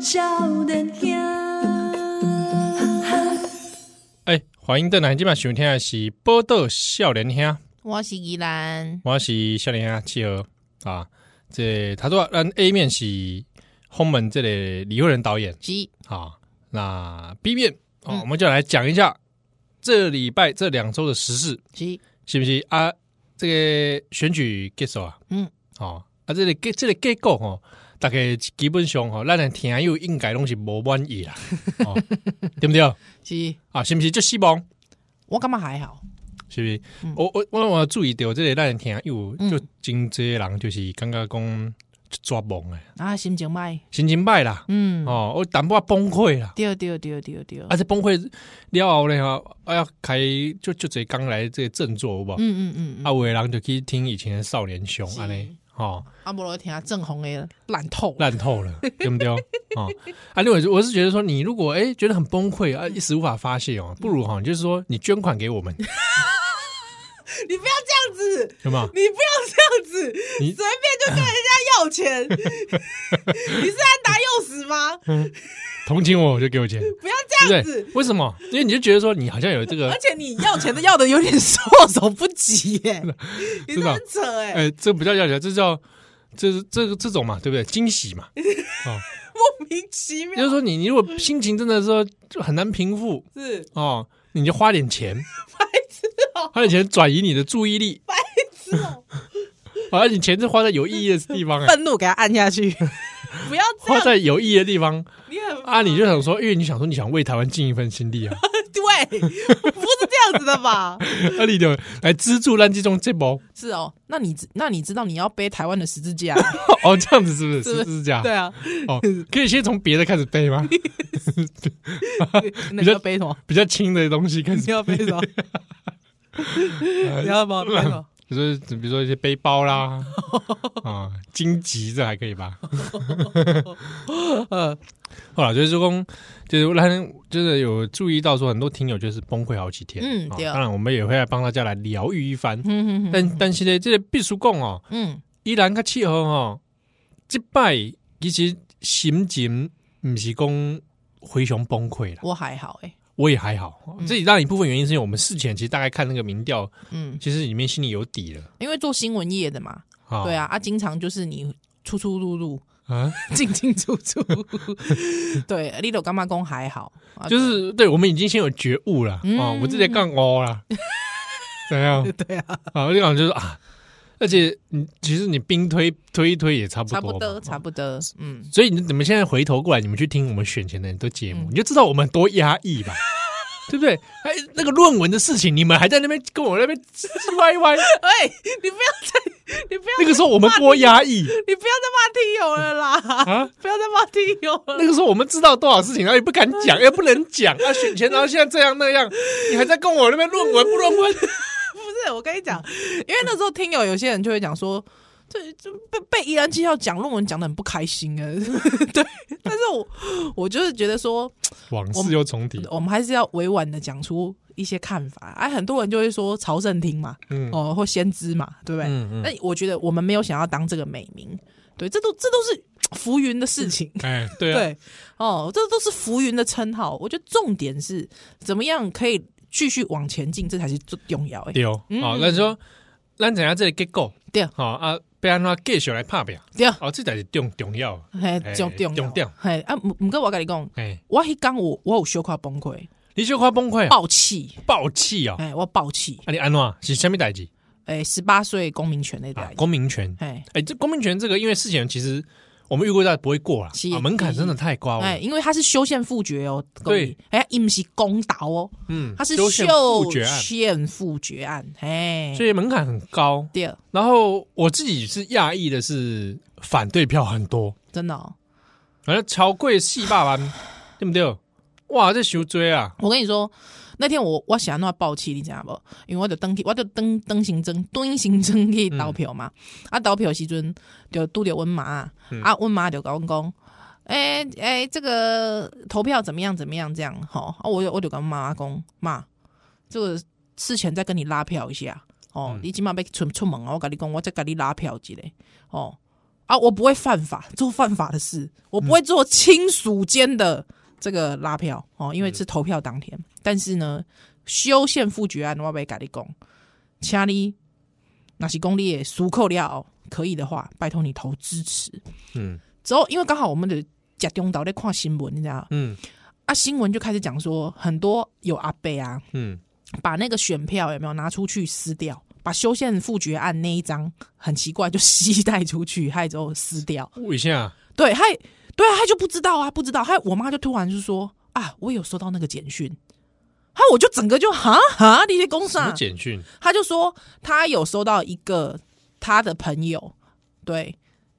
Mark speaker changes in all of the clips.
Speaker 1: 少年兄。
Speaker 2: 哎、欢迎邓来，今晚收听的是《波豆笑脸兄》，
Speaker 3: 我是宜兰，
Speaker 2: 我是笑脸兄七儿啊。这他说，咱 A 面是轰门这里李慧仁导演
Speaker 3: 是
Speaker 2: 啊，那 B 面哦，
Speaker 3: 嗯
Speaker 2: 我们就来讲一下这礼拜这两周的时事，
Speaker 3: 是
Speaker 2: 是不是啊？这个选举结束啊，
Speaker 3: 嗯，
Speaker 2: 哦啊，这个结这个结果哦，大概基本上哦，咱的听友应该拢是无满意啦， 哦，对不对？
Speaker 3: 是，
Speaker 2: 啊，是不是就希望？
Speaker 3: 我感觉还好，
Speaker 2: 是不是？
Speaker 3: 嗯
Speaker 2: 我我我我注意到这个咱的听友，
Speaker 3: 嗯
Speaker 2: 就真济人就是感觉讲抓懵诶，
Speaker 3: 啊，心情歹，
Speaker 2: 心情歹啦，
Speaker 3: 嗯，
Speaker 2: 哦，我淡薄仔崩溃啦，
Speaker 3: 对对对对对，
Speaker 2: 啊，这崩溃了后呢，啊，哎呀，开就就这刚来这个振作有无？
Speaker 3: 嗯嗯嗯嗯，
Speaker 2: 啊，有的人就去听以前的少年雄
Speaker 3: 是
Speaker 2: 安尼，哦，
Speaker 3: 啊，无落听正红的烂透，
Speaker 2: 烂透 了，对不对？哦，啊，另外我是觉得说，你如果哎觉得很崩溃啊，一时无法发泄哦，不如哈，你就是说你捐款给我们，
Speaker 3: 你不要这样子，
Speaker 2: 有没有？
Speaker 3: 你不要这样子，
Speaker 2: 你
Speaker 3: 随便就跟人家要 钱，你是安达幼死 吗？
Speaker 2: 同情我，我就给我钱。
Speaker 3: 不要这
Speaker 2: 对
Speaker 3: 样
Speaker 2: 不对
Speaker 3: 子，？
Speaker 2: 为什么？因为你就觉得说你好像有这个
Speaker 3: 而，且你要钱的要的有点措手不及 耶，你这
Speaker 2: 真的
Speaker 3: 很扯哎，
Speaker 2: 呃，这不叫要求，这叫这是这个这种嘛，对不对？惊喜嘛，哦，
Speaker 3: 莫名其
Speaker 2: 也
Speaker 3: 妙
Speaker 2: 就是说你你如果心情真的说就很难平复
Speaker 3: 是
Speaker 2: 哦，你就花点 钱，
Speaker 3: 哦
Speaker 2: 花点钱转移你的注意力，
Speaker 3: 是哦，
Speaker 2: 啊而且钱是花在有意义的地方， 哎，
Speaker 3: 愤怒给他按下去，不要这
Speaker 2: 花
Speaker 3: 样，
Speaker 2: 在有意义的地方
Speaker 3: 你很
Speaker 2: 啊，你就想说，因为你想说你想为台湾尽一份心力啊，
Speaker 3: 对，不是这样子的吧？
Speaker 2: 啊，你就来资助烂这种这波，
Speaker 3: 是哦，那你知那你知道你要背台湾的十字架？
Speaker 2: 哦，这样子是不是？
Speaker 3: 是
Speaker 2: 是
Speaker 3: 不是
Speaker 2: 不是这样？
Speaker 3: 对 啊，
Speaker 2: 哦，可以先从别的开始背 吗？
Speaker 3: 那你要背什么？
Speaker 2: 比较轻的东西开始
Speaker 3: 你要背 什么？你要吗？背什么？
Speaker 2: 比如说，比如说一些背包啦， 啊、荆棘这还可以吧？
Speaker 3: 呃，
Speaker 2: 后来就是说公，就是咱就是有注意到说，很多听友就是崩溃好几天。
Speaker 3: 嗯
Speaker 2: 啊
Speaker 3: 对
Speaker 2: 当然，我们也会来帮大家来疗愈一番。
Speaker 3: 嗯嗯
Speaker 2: 但但是呢，这个必须讲哦，
Speaker 3: 嗯，
Speaker 2: 依然较契合哦。这摆其实心情不是讲非常崩溃了，
Speaker 3: 我还好哎，
Speaker 2: 我也还好。这里当然一部分原因是因为我们事前其实大概看那个民调，
Speaker 3: 嗯，
Speaker 2: 其实里面心里有底了。
Speaker 3: 因为做新闻业的嘛，
Speaker 2: 啊
Speaker 3: 对啊，啊，经常就是你出出入入，
Speaker 2: 啊，
Speaker 3: 进进出 出，对，你都干嘛公还好，啊
Speaker 2: 就是对我们已经先有觉悟了啊、哦
Speaker 3: 嗯
Speaker 2: 我直接杠哦 啦，怎样
Speaker 3: 对啊，
Speaker 2: 啊？我就感觉就是啊，而且你其实你兵推推一推也差不多
Speaker 3: 差
Speaker 2: 嘛，
Speaker 3: 不多
Speaker 2: 哦
Speaker 3: 差不多， 嗯，
Speaker 2: 所以你你们现在回头过来，你们去听我们选前的很多节目，你就知道我们多压抑 吧。对不对？哎，那个论文的事情，你们还在那边跟我那边唧唧歪 歪。
Speaker 3: 哎，你不要再，你不要
Speaker 2: 那个时候我们多压抑
Speaker 3: 你不要再骂听友了啦！
Speaker 2: 啊！
Speaker 3: 不要再骂听友了，
Speaker 2: 那个时候我们知道多少事情，然后也哎不敢讲，也不能讲啊。选前然后现在这样那样，你还在跟我那边论文不论文？
Speaker 3: 不是我跟你讲，因为那时候听友有些人就会讲说，这这被被依然绩效讲论文讲的很不开心啊， 对，但是我我就是觉得说，
Speaker 2: 往事又重提。
Speaker 3: 我们还是要委婉的讲出一些看法，哎、很多人就会说朝圣听嘛，
Speaker 2: 嗯
Speaker 3: 哦、或先知嘛，对不对？
Speaker 2: 嗯嗯
Speaker 3: 那、我觉得我们没有想要当这个美名，对，这都这都是浮云的事情。
Speaker 2: 哎，对啊，
Speaker 3: 对，哦，这都是浮云的称号。我觉得重点是怎么样可以继续往前进，这才是最重要的。
Speaker 2: 对哦。好，那说，咱怎样这里结构？
Speaker 3: 嗯对
Speaker 2: 好啊，被安怎继续来拍表？
Speaker 3: 对，啊
Speaker 2: 哦，这才是重重要的。
Speaker 3: 嘿，重重
Speaker 2: 重
Speaker 3: 要
Speaker 2: 点，
Speaker 3: 嘿啊，唔唔过我跟你讲，
Speaker 2: 哎，
Speaker 3: 我迄讲我我有小可崩溃，
Speaker 2: 你就快崩溃啊，
Speaker 3: 爆气，
Speaker 2: 爆气啊！
Speaker 3: 哎，我爆气，
Speaker 2: 啊，你安怎是什么代志
Speaker 3: 哎，十八岁公民权那
Speaker 2: 啊
Speaker 3: 代？，
Speaker 2: 公民权，
Speaker 3: 哎
Speaker 2: 哎，这公民权这个，因为事情其实我们预估到不会过啦
Speaker 3: 是，
Speaker 2: 啊，门槛真的太高
Speaker 3: 哎，
Speaker 2: 了。
Speaker 3: 因为他是修宪复决哦，各位
Speaker 2: 对，
Speaker 3: 哎，伊唔是公道哦，
Speaker 2: 嗯，
Speaker 3: 他是
Speaker 2: 修
Speaker 3: 修
Speaker 2: 宪复决案，
Speaker 3: 宪复决案，哎，
Speaker 2: 所以门槛很高。
Speaker 3: 对，
Speaker 2: 然后我自己是讶异的是，反对票很多，
Speaker 3: 真的哦，
Speaker 2: 好像哎超贵戏霸 王，对不对？哇，这修追啊！
Speaker 3: 我跟你说，那天我我想要爆气，你知道不？因为我就登记，我就登登行政，登行政去投票嘛。啊，投票的时阵就拄着阮妈，啊，阮妈就甲阮讲，诶、诶、这个投票怎么样？怎么样？这样吼，啊，我就我就跟妈妈讲，妈，这个事前再跟你拉票一下。哦，你即码要出出门啊！我跟你讲，我再跟你拉票一下。哦，啊，啊，我不会犯法，做犯法的事，我不会做亲属间的这个拉票哦，因为是投票当天。但是呢，修宪复决案我要甲你讲，请你那是公你熟扣了，可以的话，拜托你投支持。
Speaker 2: 嗯
Speaker 3: 之后，因为刚好我们的假中岛在看新闻，你知道吗
Speaker 2: 嗯
Speaker 3: 啊，新闻就开始讲说，很多有阿伯啊，
Speaker 2: 嗯
Speaker 3: 把那个选票有没有拿出去撕掉，把修宪复决案那一张很奇怪就 吸带出去，害之后撕掉。
Speaker 2: 我一下，
Speaker 3: 对，害对啊，他就不知道啊，不知道。害我妈就突然就说啊，我有收到那个简讯，害我就整个就哈哈，你些公
Speaker 2: 什么
Speaker 3: 上，
Speaker 2: 简讯？
Speaker 3: 他就说他有收到一个他的朋友，对。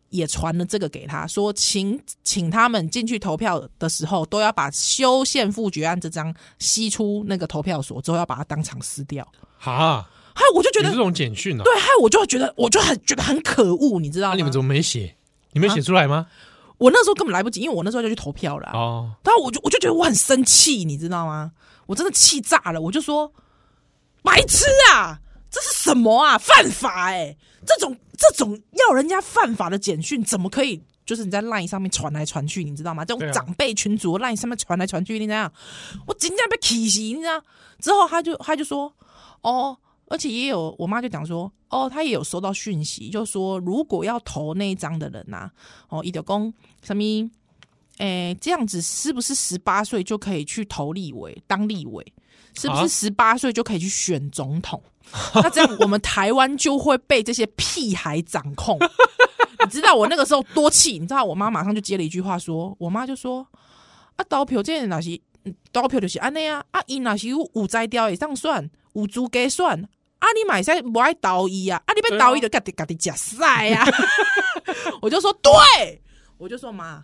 Speaker 3: 也传了这个给他，说请请他们进去投票的时候，都要把修宪复决案这张吸出那个投票所之后，要把它当场撕掉。
Speaker 2: 哈，
Speaker 3: 害我就觉
Speaker 2: 啊有
Speaker 3: 得
Speaker 2: 这种简讯哦？
Speaker 3: 对，害我就觉得我就很觉得很可恶，你知道
Speaker 2: 那
Speaker 3: 吗？
Speaker 2: 你们怎么没写？你没写出来吗？
Speaker 3: 我那时候根本来不及，因为我那时候就去投票了啊、
Speaker 2: 哦，
Speaker 3: 但我就我就觉得我很生气，你知道吗？我真的气炸了，我就说：“白痴啊，这是什么啊？犯法哎、这种这种要人家犯法的简讯，怎么可以？”就是你在 LINE 上面传来传去，你知道吗？这
Speaker 2: 对啊
Speaker 3: 种长辈群组 LINE 上面传来传去，你知道吗？我紧张被气死，你知道吗？之后他就他就说：“哦，而且也有我妈就讲说，哦，她也有收到讯息，就说如果要投那一张的人呐、啊，哦，伊就讲什么，诶、这样子是不是十八岁就可以去投立委当立委？是不
Speaker 2: 啊
Speaker 3: 是十八岁就可以去选总统？ 那这样我们台湾就会被这些屁孩掌控。 你知道我那个时候多气，你知道我妈马上就接了一句话说，我妈就说啊，投票这哪是嗯投票就是安尼啊，啊伊若是有有才调会上算，有资格算，啊你买使无爱投伊啊，啊你
Speaker 2: 对
Speaker 3: 要
Speaker 2: 啊
Speaker 3: 投伊就家己家己食屎啊！ 我就说对，我就说妈，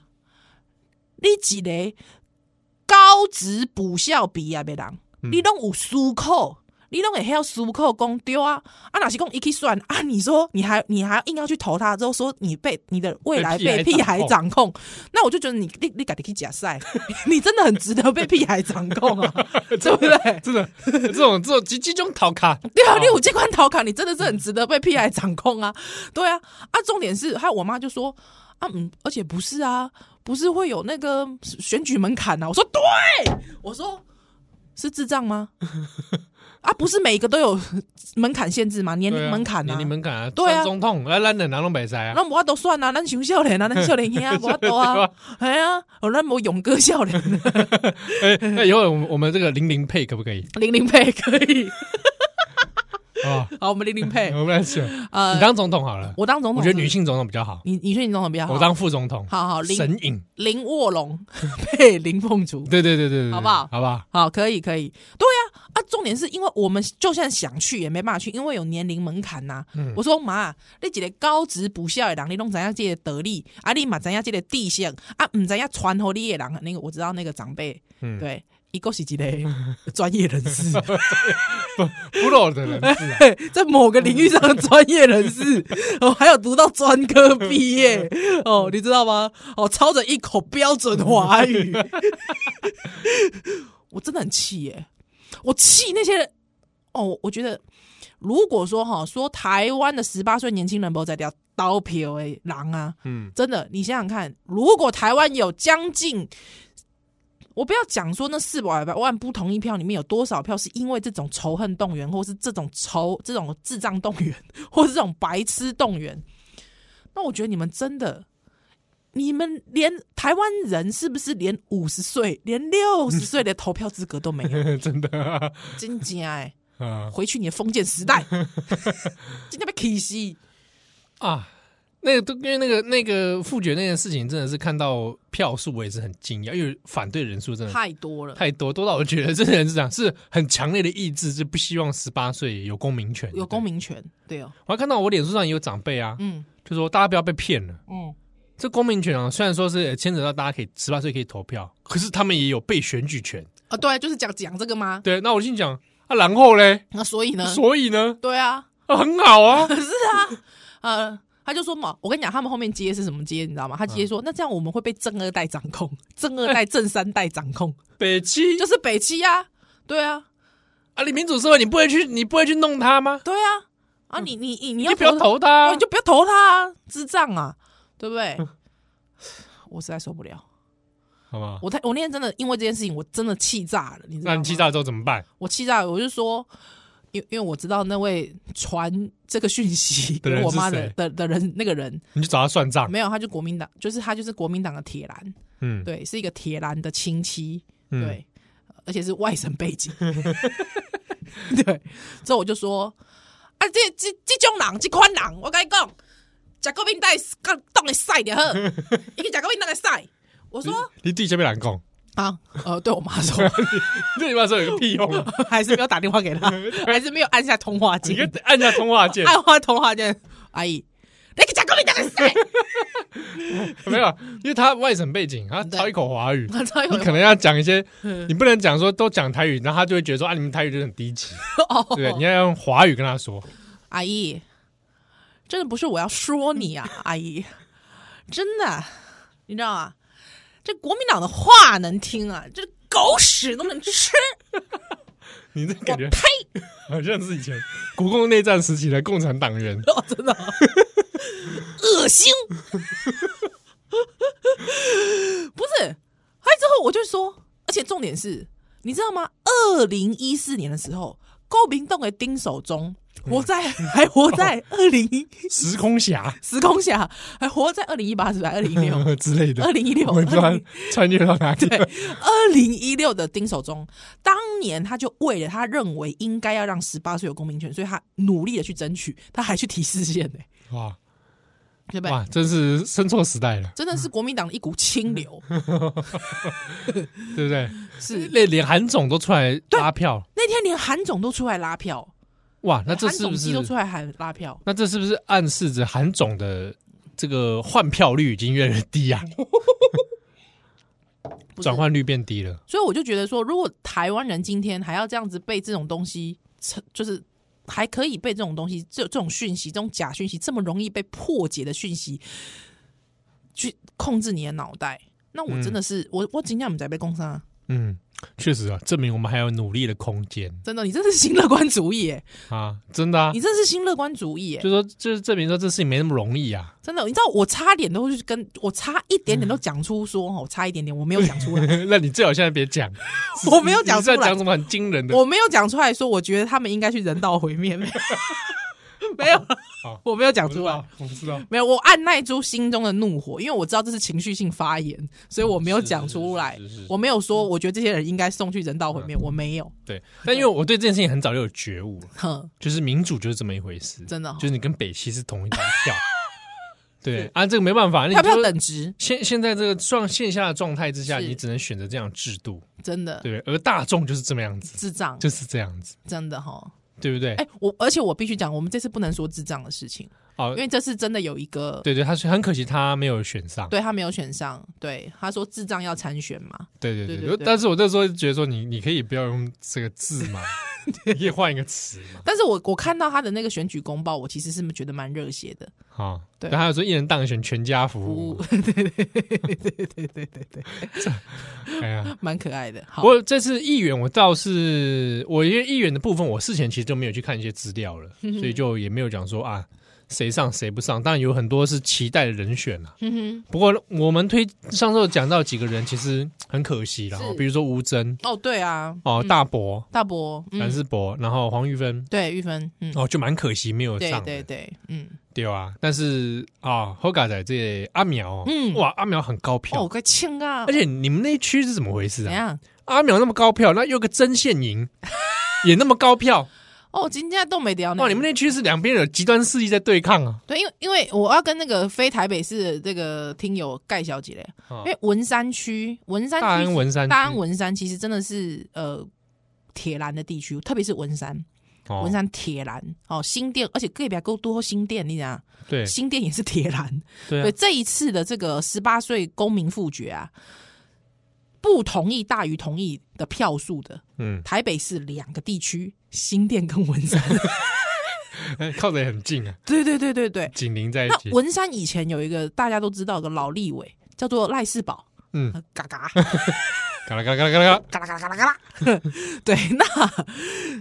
Speaker 3: 你一个高职补校毕业的人，
Speaker 2: 嗯
Speaker 3: 你拢有思考。你拢会晓思考讲对啊，啊哪是讲一起算啊？你说你还你还硬要去投他，之后说你被你的未来
Speaker 2: 被
Speaker 3: 被
Speaker 2: 屁
Speaker 3: 屁
Speaker 2: 孩
Speaker 3: 孩
Speaker 2: 掌
Speaker 3: 掌控，那我就觉得你你你改的去假赛， 你真的很值得被屁孩掌控 啊，对不对？
Speaker 2: 真的， 这种这种集集中逃卡，
Speaker 3: 对啊，
Speaker 2: 哦
Speaker 3: 你有这款逃卡，你真的是很值得被屁孩掌控啊！对啊，啊，重点是，还有我妈就说啊，嗯，而且不是啊，不是会有那个选举门槛啊？我说对，我说是智 障吗？啊，不是每个都有门槛限制吗？年
Speaker 2: 对
Speaker 3: 龄
Speaker 2: 啊
Speaker 3: 门槛啊，
Speaker 2: 年龄门槛啊，
Speaker 3: 对啊
Speaker 2: 三总统啊，咱两人拢白塞啊，
Speaker 3: 那我都算啊，咱熊笑脸啊，咱笑脸兄啊，我 都
Speaker 2: 对
Speaker 3: 啊
Speaker 2: 吧，
Speaker 3: 哎呀，哦，咱无勇哥笑脸，
Speaker 2: 哎， 那以后我们我们这个零零配可不可以
Speaker 3: 零零配可以，
Speaker 2: 啊？
Speaker 3: 好，我们零零配，
Speaker 2: 我们来选，你
Speaker 3: 呃，
Speaker 2: 当总统好了，
Speaker 3: 我当总统，
Speaker 2: 我觉得女，性总统比较好，
Speaker 3: 你你说你总统比较好，
Speaker 2: 我当副总统，
Speaker 3: 好好林
Speaker 2: 神隐，
Speaker 3: 林卧龙 配林凤竹，
Speaker 2: 对对对对对，
Speaker 3: 好不好
Speaker 2: 好不好？
Speaker 3: 好，可以可以，对呀、啊，重点是因为我们就算想去也没办法去，因为有年龄门槛呐、
Speaker 2: 嗯
Speaker 3: 我说妈，你几个高职补校的人，你弄怎样这个得力，啊，你嘛怎样这个地性，啊，唔怎样传给你的人，那个我知道那个长辈，
Speaker 2: 嗯
Speaker 3: 对，一个是一个 专业人士，
Speaker 2: 不漏的人士啊，
Speaker 3: 在某个领域上的专业人士， 哦，还有读到专科毕业，哦，你知道吗？哦，操着一口标准华语， 我真的很气耶！我气那些人，哦，我觉得如果说哈、说台湾的十八岁年轻人不在掉刀票诶狼啊，
Speaker 2: 嗯，
Speaker 3: 真的，你想想看，如果台湾有将近，我不要讲说那四百万不同意票里面有多少票是因为这种仇恨动员，或是这种仇、这种智障动员，或是这种白痴动员，那我觉得你们真的。你们连台湾人是不是连五十岁、连六十岁的投票资格都没 有？
Speaker 2: 真的啊
Speaker 3: 真假哎！
Speaker 2: 啊
Speaker 3: 回去你的封建时代，今天被 K 死。
Speaker 2: 啊，那个都因为那个那个复决那件事情，真的是看到票数我也是很惊讶，因为反对人数真的
Speaker 3: 太多了，
Speaker 2: 太多，多到我觉得这些人是这样，是很强烈的意志，是不希望十八岁有公民权。
Speaker 3: 有公
Speaker 2: 对，
Speaker 3: 民权，对哦，
Speaker 2: 我还看到我脸书上也有长辈啊，
Speaker 3: 嗯
Speaker 2: 就说大家不要被骗了。
Speaker 3: 嗯，
Speaker 2: 这公民权啊，虽然说是呃牵扯到大家可以十八岁可以投票，可是他们也有被选举权。
Speaker 3: 啊，对，就是讲讲这个吗？
Speaker 2: 对，那我心想啊，然后嘞，
Speaker 3: 那所以呢？
Speaker 2: 所以呢，
Speaker 3: 对啊，
Speaker 2: 啊很好啊，
Speaker 3: 呃，他就说嘛，我跟你讲，他们后面接是什么接，你知道吗？他
Speaker 2: 嗯
Speaker 3: 接说，那这样我们会被正二代掌控，正
Speaker 2: 哎
Speaker 3: 二代、正三代掌控，
Speaker 2: 北七
Speaker 3: 就是北七啊，对啊，
Speaker 2: 啊，你民主社会，你不会去，你不会去弄他吗？
Speaker 3: 对啊，啊，你你你你
Speaker 2: 嗯你
Speaker 3: 要哦
Speaker 2: 就不要
Speaker 3: 他，
Speaker 2: 投他啊嗯
Speaker 3: 对，你，就不要投他啊，智障啊！对不对？我实在受不了，
Speaker 2: 好吗？
Speaker 3: 我太我那天真的因为这件事情，我真的气炸了，你知道
Speaker 2: 那
Speaker 3: 吗？
Speaker 2: 你气，炸之后怎么办？
Speaker 3: 我气炸了，我就说，因因为我知道那位传这个讯息
Speaker 2: 的人
Speaker 3: 给我
Speaker 2: 是
Speaker 3: 妈
Speaker 2: 谁
Speaker 3: 的的的人，那个人
Speaker 2: 你去找他算账。
Speaker 3: 没有，他就国民党，就是他就是国民党的铁蓝，
Speaker 2: 嗯，
Speaker 3: 对，是一个铁蓝的亲戚，
Speaker 2: 嗯，
Speaker 3: 对，而且是外省背景。 对，之后我就说啊，这这这种人，这款人，我跟你讲，食国民党干当的晒就好，伊去食国民党的晒。我说
Speaker 2: 你自己先被拦供，
Speaker 3: 啊，呃，对我妈说，
Speaker 2: 这你妈说有个屁用啊！
Speaker 3: 还是没有打电话 给她，还是没有按下通话
Speaker 2: 你
Speaker 3: 键
Speaker 2: 可，以按下通话键，
Speaker 3: 按下通话键，阿姨，你去食国民党的晒。
Speaker 2: 没有，因为他外省背景，他操一口华 语，
Speaker 3: 我操，
Speaker 2: 你可能要讲一些，
Speaker 3: 嗯
Speaker 2: 你不能讲说都讲台语，然后他就会觉得说啊，你们台语就是很低级，
Speaker 3: 哦
Speaker 2: 对不对，你要用华语跟他说，
Speaker 3: 阿姨，真的不是我要说你啊，阿姨，真的，你知道吗？这国民党的话能听啊，这狗屎都能吃，
Speaker 2: 你这
Speaker 3: 我
Speaker 2: 感觉
Speaker 3: 呸！
Speaker 2: 好像是以前国共内战时期的共产党员，
Speaker 3: 哦，真的，恶心。不是，还之后我就说，而且重点是，你知道吗？二零一四年的时候，高明栋的丁守中，活在、还活在二零一
Speaker 2: 时空 侠
Speaker 3: 时空下，还活在二零一八，是不是？二零一六，
Speaker 2: 之类的，
Speaker 3: 二零一六，
Speaker 2: 我也不知道
Speaker 3: 二
Speaker 2: 他穿越到哪里
Speaker 3: 啊对，二零一六的丁守中，当年他就为了他认为应该要让十八岁有公民权，所以他努力的去争取，他还去提示县呢、
Speaker 2: 哇
Speaker 3: 对不对？
Speaker 2: 哇，真是生错时代了，
Speaker 3: 真的是国民党的一股 清流，
Speaker 2: 对不对？
Speaker 3: 是
Speaker 2: 那连韩总都出来拉票，
Speaker 3: 那天连韩总都出来拉票，
Speaker 2: 哇，那啊这
Speaker 3: 韩
Speaker 2: 是
Speaker 3: 总
Speaker 2: 不
Speaker 3: 机
Speaker 2: 是
Speaker 3: 都出来喊拉票？
Speaker 2: 那这是不是暗示着韩总的这个换票率已经越来越低啊？
Speaker 3: 不是
Speaker 2: 转换率变低了，
Speaker 3: 所以我就觉得说，如果台湾人今天还要这样子被这种东西，就是还可以被这种东西、这这种讯息、这种假讯息这么容易被破解的讯息去控制你的脑袋，那我真的是、我我今天我们在被攻杀，
Speaker 2: 嗯，确实啊，证明我们还有努力的空间
Speaker 3: 真的，你真的是新乐观主义、耶
Speaker 2: 啊，真的啊
Speaker 3: 你，真的是新乐观主义、耶
Speaker 2: 就说就是证明说这事情没那么容易啊，
Speaker 3: 真的，你知道我差点都去跟我差一点点都讲出说哦，差一点点，我没有讲出来，
Speaker 2: 那你最好现在别讲，
Speaker 3: 我没有
Speaker 2: 嗯
Speaker 3: 讲
Speaker 2: 你
Speaker 3: 出
Speaker 2: 在
Speaker 3: 来
Speaker 2: 讲，什么很惊人的，
Speaker 3: 我没有讲出来说，我觉得他们应该去人道毁 灭，没有，没有
Speaker 2: 哦好，
Speaker 3: 我没有
Speaker 2: 我
Speaker 3: 讲
Speaker 2: 不
Speaker 3: 出
Speaker 2: 知
Speaker 3: 来
Speaker 2: 道，，我不知道，
Speaker 3: 没有，我按耐住心中的怒火，因为我知道这是情绪性发言，所以我没有讲出来
Speaker 2: 是是是是，嗯
Speaker 3: 我没有说我觉得这些人应该送去人道毁灭，我没有，
Speaker 2: 对，但因为我对这件事情很早就有觉悟了，
Speaker 3: 哼，
Speaker 2: 就是民主就是这么一回事，
Speaker 3: 真的哦
Speaker 2: 就是你跟北西是同一张 票，对啊，这个没办法，那你
Speaker 3: 票票
Speaker 2: 就
Speaker 3: 等值，
Speaker 2: 现现在这个状线下的状态之下，
Speaker 3: 是
Speaker 2: 你只能选择这样的制度，
Speaker 3: 真的
Speaker 2: 对不对？而大众就是这么样子，
Speaker 3: 智障，
Speaker 2: 就是这样子，
Speaker 3: 真的哈。
Speaker 2: 对不对？
Speaker 3: 哎，我而且我必须讲，我们这次不能说智障的事情，
Speaker 2: 哦
Speaker 3: 因，为这次真的有一个。
Speaker 2: 对对，他是很可惜他没有选上，
Speaker 3: 对他没有选上，对他说智障要参选嘛，
Speaker 2: 对对对
Speaker 3: 对
Speaker 2: 对
Speaker 3: 对对
Speaker 2: 但是我那时候就觉得说你，你可以不要用这个字 嘛，你可以换一个词嘛，
Speaker 3: 但是我我看到他的那个选举公报，我其实是觉得蛮热血的，
Speaker 2: 啊。
Speaker 3: 对
Speaker 2: 然后还有说一人当选全家服
Speaker 3: 服
Speaker 2: 务
Speaker 3: 务，，对对对对对对对，
Speaker 2: 哎呀。
Speaker 3: 蛮可爱的。好
Speaker 2: 不，过这次议员，我倒是我因为议员的部分，我事前其实就没有去看一些资料了，
Speaker 3: 嗯
Speaker 2: 所以就也没有讲说啊谁上谁不上。当然有很多是期待的人选啊，
Speaker 3: 嗯哼
Speaker 2: 不过我们推上次有讲到几个人，其实很可惜啦，
Speaker 3: 是
Speaker 2: 然后比如说吴峥
Speaker 3: 哦，对啊，
Speaker 2: 哦、大伯、
Speaker 3: 大伯，
Speaker 2: 蓝
Speaker 3: 嗯，
Speaker 2: 世博，然后黄玉芬
Speaker 3: 对玉芬，嗯，
Speaker 2: 哦，就蛮可惜没有
Speaker 3: 对
Speaker 2: 上的，
Speaker 3: 对对，嗯，
Speaker 2: 对啊。但是啊，后嘎仔这阿苗、哦，
Speaker 3: 嗯
Speaker 2: 哇，阿苗很高
Speaker 3: 哦，
Speaker 2: 票，
Speaker 3: 我快呛啊
Speaker 2: 而，且你们那一区是怎么回事
Speaker 3: 怎
Speaker 2: 啊？
Speaker 3: 样？
Speaker 2: 阿苗那么高票，那又有个曾宪营 也那么高票，
Speaker 3: 哦，今天都没聊
Speaker 2: 哦
Speaker 3: 呢。
Speaker 2: 哇，你们那区是两边有极端势力在对抗啊，
Speaker 3: 对，因为因为我要跟那个非台北市的这个听友盖小姐嘞，
Speaker 2: 哦
Speaker 3: 因为文山区，文山区
Speaker 2: 大安文山区
Speaker 3: 大安文山其实真的是呃铁栏的地区，特别是文山，
Speaker 2: 哦
Speaker 3: 文山铁栏哦，新店，而且隔壁还够多新店，你讲
Speaker 2: 对
Speaker 3: 新店也是铁栏，
Speaker 2: 对
Speaker 3: 对
Speaker 2: 啊
Speaker 3: 这一次的这个十八岁公民复决啊，不同意大于同意的票数的，
Speaker 2: 嗯，
Speaker 3: 台北市两个地区，新店跟文山。
Speaker 2: 哎靠得也很近啊，
Speaker 3: 对对对对对。
Speaker 2: 紧邻在一起
Speaker 3: 那，文山以前有一个大家都知道有个老立委，叫做赖世宝，
Speaker 2: 嗯，
Speaker 3: 呃嘎 嘎
Speaker 2: 嘎啦嘎啦嘎啦嘎啦
Speaker 3: 嘎啦嘎啦嘎啦嘎啦。对，那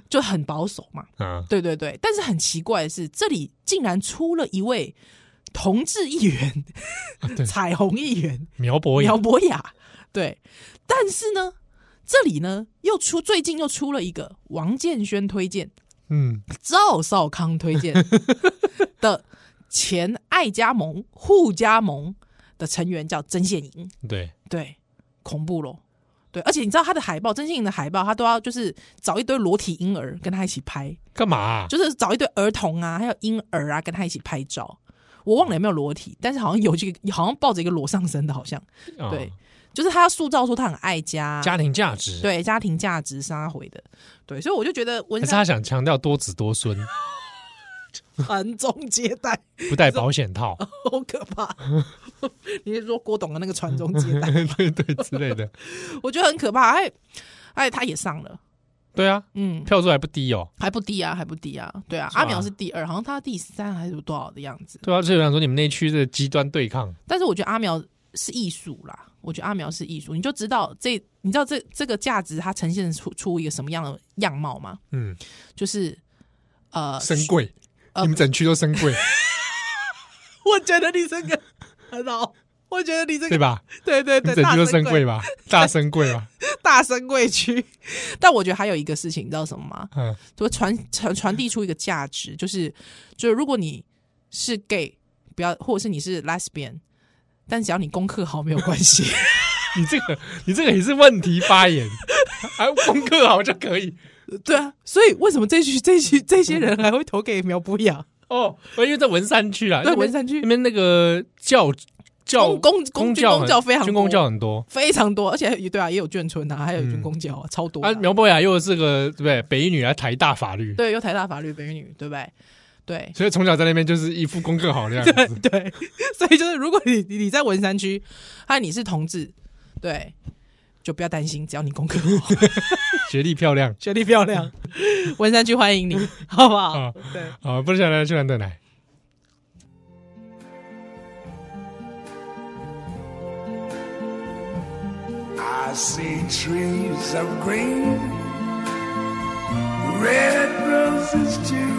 Speaker 3: 就很保守嘛。
Speaker 2: 嘎啦，啊，
Speaker 3: 对对对，但是很奇怪的是，这里竟然出了一位同志议员、
Speaker 2: 啊对，
Speaker 3: 彩虹议员
Speaker 2: 苗博雅
Speaker 3: 苗，博雅，对。但是呢，这里呢又出最近又出了一个王建轩推荐、
Speaker 2: 嗯，
Speaker 3: 赵少康推 荐的前爱加盟、互加盟的成员叫曾宪颖，
Speaker 2: 对，
Speaker 3: 对，恐怖咯。对，而且你知道他的海报，曾宪颖的海报，他都要就是找一堆裸体婴儿跟他一起拍，
Speaker 2: 干嘛啊？
Speaker 3: 就是找一堆儿童啊，还有婴儿啊，跟他一起拍照。我忘了有没有裸体，但是好像有这个，好像抱着一个裸上身的，好像
Speaker 2: 啊
Speaker 3: 对就是他要塑造出他很爱家，
Speaker 2: 家庭价值，，
Speaker 3: 对家庭价值杀回的，对，所以我就觉得文
Speaker 2: 还是
Speaker 3: 山
Speaker 2: 他想强调多子多孙，
Speaker 3: 传宗接代
Speaker 2: 不带保险套，
Speaker 3: 好可 怕。你是说郭董的那个传宗接代，
Speaker 2: 对对之类的，
Speaker 3: 我觉得很可怕。哎哎，他也上了，
Speaker 2: 对啊，
Speaker 3: 嗯，
Speaker 2: 票数还不低哦。
Speaker 3: 还不低啊，还不低啊，对啊，
Speaker 2: 是吧
Speaker 3: 阿苗是第二，好像他第三还是多少的样子。
Speaker 2: 对啊，所以我想说你们那区的极端对抗，
Speaker 3: 但是我觉得阿苗是艺术啦，我觉得阿苗是艺术，你就知道这，你知道这这个价值它呈现出出一个什么样的样貌吗？
Speaker 2: 嗯，
Speaker 3: 就是呃，
Speaker 2: 深贵，
Speaker 3: 呃
Speaker 2: 你们整区都深 贵，
Speaker 3: 我觉得你这个很好，我觉得你这
Speaker 2: 对
Speaker 3: 个
Speaker 2: 吧？
Speaker 3: 对 对
Speaker 2: 你们
Speaker 3: 对，
Speaker 2: 整
Speaker 3: 大
Speaker 2: 区都深
Speaker 3: 神
Speaker 2: 贵吧，大深贵吧，
Speaker 3: 大神贵区。但我觉得还有一个事情，你知道什么吗？
Speaker 2: 嗯，
Speaker 3: 就传传传递出一个价值，就是就是如果你是 gay，不要，或者是你是 lesbian，但只要你功课好没有关系。
Speaker 2: 你这个你这个也是问题发言， 啊，功课好就可以
Speaker 3: 对啊，所以为什么这些这些这些人还会投给苗博雅？
Speaker 2: 哦，因为在文山区啦，那
Speaker 3: 对
Speaker 2: 边
Speaker 3: 文山区
Speaker 2: 那边那个教教
Speaker 3: 公公公军
Speaker 2: 教
Speaker 3: 公
Speaker 2: 很
Speaker 3: 教非常
Speaker 2: 军工
Speaker 3: 多
Speaker 2: 教很多。
Speaker 3: 非常多，而且也对啊，也有眷村啊，还有军工教啊，超多的
Speaker 2: 啊，苗博雅又是个对不对？北一女还台大法律，
Speaker 3: 对，有台大法律北一女，对不对？对，
Speaker 2: 所以从小在那边就是一副功课好的样子。
Speaker 3: 对，所以就是如果你你你在文山区，啊，你是同志，对，就不要担心，只要你功课好，
Speaker 2: 学历漂亮
Speaker 3: 学历漂亮，文山区欢迎你，好不好？
Speaker 2: 啊
Speaker 3: 对，
Speaker 2: 啊！不是想来去兰德来，
Speaker 1: I see trees of green, red roses too.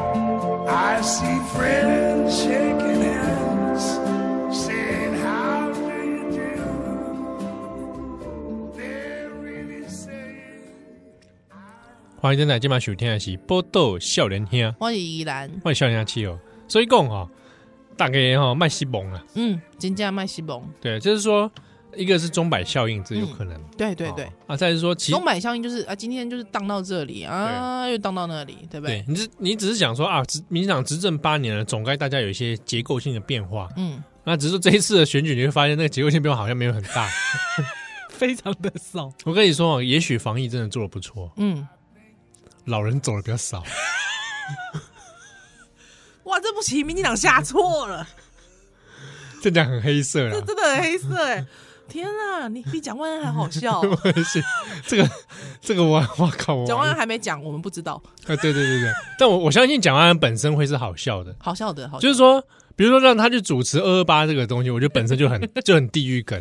Speaker 1: I see friends shaking hands, saying, How do you do? They're really saying,
Speaker 2: 欢迎正在今晚收听的是《波豆笑人听》，
Speaker 3: 我是依兰，
Speaker 2: 欢迎笑人听哦。所以讲哦，大概哈卖西蒙啊，
Speaker 3: 嗯，金价麦西蒙，
Speaker 2: 对，就是说一个是钟摆效应，这有可能，
Speaker 3: 对对嗯对
Speaker 2: 哦，啊，再是说其
Speaker 3: 中买效应就是啊，今天就是荡到这里啊，又荡到那里，对不对
Speaker 2: 对？你只你只是想说啊，执民进党执政八年了，总该大家有一些结构性的变化。
Speaker 3: 嗯，
Speaker 2: 那只是说这一次的选举，你会发现那个结构性变化好像没有很大。
Speaker 3: 非常的少，
Speaker 2: 我跟你说哦，也许防疫真的做的不错，
Speaker 3: 嗯，
Speaker 2: 老人走的比较少。
Speaker 3: 哇，这不行，民进党下错了，
Speaker 2: 这讲很黑色啦
Speaker 3: 这，真的很黑色哎、天啊，你比蒋万安还好笑、
Speaker 2: 是这个这个我我靠我
Speaker 3: 蒋万安还没讲，我们不知道，
Speaker 2: 呃对对对对，但我我相信蒋万安本身会是好笑的，
Speaker 3: 好笑的，好笑的
Speaker 2: 就是说，比如说让他去主持二二八这个东西，我觉得本身就很就很地狱梗，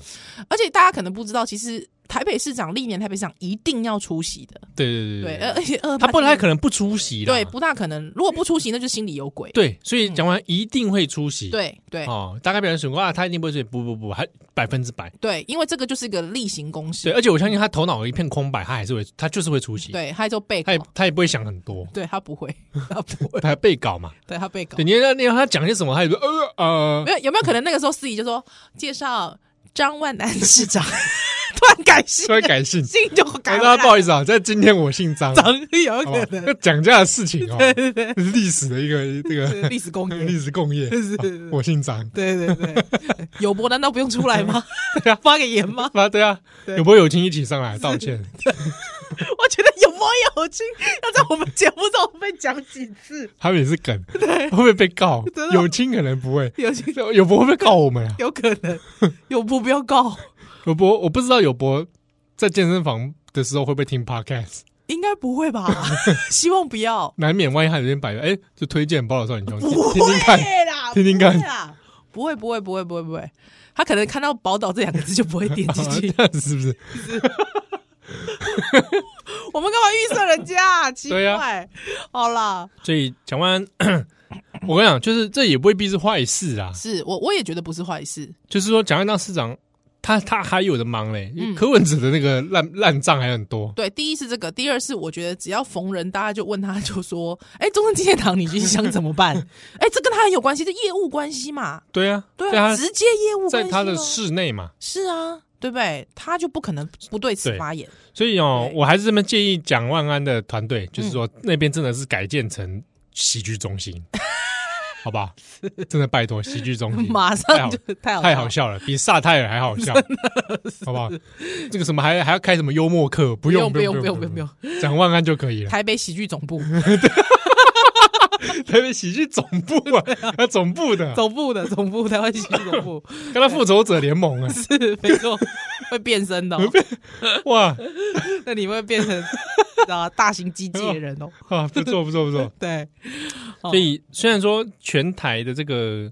Speaker 3: 而且大家可能不知道，其实台北市长历年台北市长一定要出席的，
Speaker 2: 对对
Speaker 3: 对，
Speaker 2: 对
Speaker 3: 呃而而且二
Speaker 2: 他不太可
Speaker 3: 能，
Speaker 2: 能不出席啦
Speaker 3: 对，不大可能。如果不出席，那就心里有鬼。
Speaker 2: 对，所以讲完一定会出席，
Speaker 3: 对对
Speaker 2: 哦，大概表人选过啊，他一定不会出席，不不不，还百分之百，
Speaker 3: 对，因为这个就是一个例行公
Speaker 2: 对，
Speaker 3: 事，
Speaker 2: 而且我相信他头脑一片空白，他还是会，他就是会出席，
Speaker 3: 对，他就被
Speaker 2: 他
Speaker 3: 告
Speaker 2: 也，他也不会想很多，
Speaker 3: 对他不会， 他不会，
Speaker 2: 他被搞嘛，
Speaker 3: 对他被告
Speaker 2: 对，。你让你让他讲些什么，他也说呃呃
Speaker 3: 没，有有没有可能那个时候司仪就说介绍张万南市长， 突然改姓
Speaker 2: 突，然改姓，
Speaker 3: 姓就改
Speaker 2: 哎
Speaker 3: 不
Speaker 2: 大
Speaker 3: 来
Speaker 2: 家不好意思啊，在今天我姓张，
Speaker 3: 长 有
Speaker 2: 好吧
Speaker 3: 可能
Speaker 2: 那讲这样的事情 哦，是历史的一个这
Speaker 3: 是
Speaker 2: 个
Speaker 3: 历史 公
Speaker 2: 历
Speaker 3: 约。
Speaker 2: 史共业，
Speaker 3: 是
Speaker 2: 啊我姓张，
Speaker 3: 对对对，有博难道不用出 来吗？发个言吗？
Speaker 2: 啊对啊，
Speaker 3: 对
Speaker 2: 有没有友情一起上来道歉？
Speaker 3: 我觉得有博有情要在我们节目中被讲几次，
Speaker 2: 他们也是 梗，会不会被告
Speaker 3: 真？的
Speaker 2: 友情可能不会，
Speaker 3: 有情
Speaker 2: 友博会不会告我们啊？
Speaker 3: 有可能，有博不要告，
Speaker 2: 友博，我不知道友博在健身房的时候会不会听 podcast，
Speaker 3: 应该不会吧？ 希望不要，
Speaker 2: 难免万一他有点摆烂，哎，就推荐包老少女兄弟
Speaker 3: 不
Speaker 2: 听
Speaker 3: 会
Speaker 2: 听看，
Speaker 3: 啦，
Speaker 2: 听听看
Speaker 3: 不会啦，不会不会不会不会不会，他可能看到“宝岛”这两个字就不会点进
Speaker 2: 啊
Speaker 3: 去。
Speaker 2: 这样子是不是？
Speaker 3: 我们干嘛预设人家、啊？奇
Speaker 2: 对
Speaker 3: 怪，
Speaker 2: 啊
Speaker 3: 好啦，
Speaker 2: 所以讲完， 我跟你讲，就是这也未必是坏事啊。
Speaker 3: 是我我也觉得不是坏事，
Speaker 2: 就是说，蒋万当市长，他他还有的忙嘞
Speaker 3: 嗯。
Speaker 2: 柯文哲的那个烂烂账还很多。
Speaker 3: 对，第一是这个，第二是我觉得只要逢人，大家就问他，就说：“哎、中正纪念堂你军想怎么办？”哎、这跟他很有关系，这业务关系嘛，
Speaker 2: 对啊，
Speaker 3: 对啊，
Speaker 2: 他
Speaker 3: 直接业务关
Speaker 2: 在
Speaker 3: 系
Speaker 2: 他的
Speaker 3: 咯
Speaker 2: 室内嘛，
Speaker 3: 是啊，对不对？他就不可能不对此
Speaker 2: 对
Speaker 3: 发言，
Speaker 2: 所以哦，
Speaker 3: 对嗯
Speaker 2: 我还是这么建议蒋万安的团队，就是说那边真的是改建成喜剧中 心，好不好？真的拜托喜剧中心，
Speaker 3: 马上就嗯太好
Speaker 2: 太好
Speaker 3: 笑
Speaker 2: 笑了，比萨泰尔还好笑，好不好？这个什么还还要开什么幽默课？不用
Speaker 3: 不用
Speaker 2: 不用
Speaker 3: 不用不用，
Speaker 2: 蒋万安就可以
Speaker 3: 了
Speaker 2: 了。
Speaker 3: 台北喜剧总 部
Speaker 2: 台北喜剧总部啊，啊总部的，
Speaker 3: 总部的总部台湾喜剧总 部
Speaker 2: 跟他复仇者联盟啊，
Speaker 3: 是没错，会变身的、哦，
Speaker 2: 哇
Speaker 3: 那你会变成啊大型机器人哦，
Speaker 2: 啊，不错不错不错。
Speaker 3: 对，哦
Speaker 2: 所以虽然说全台的这个，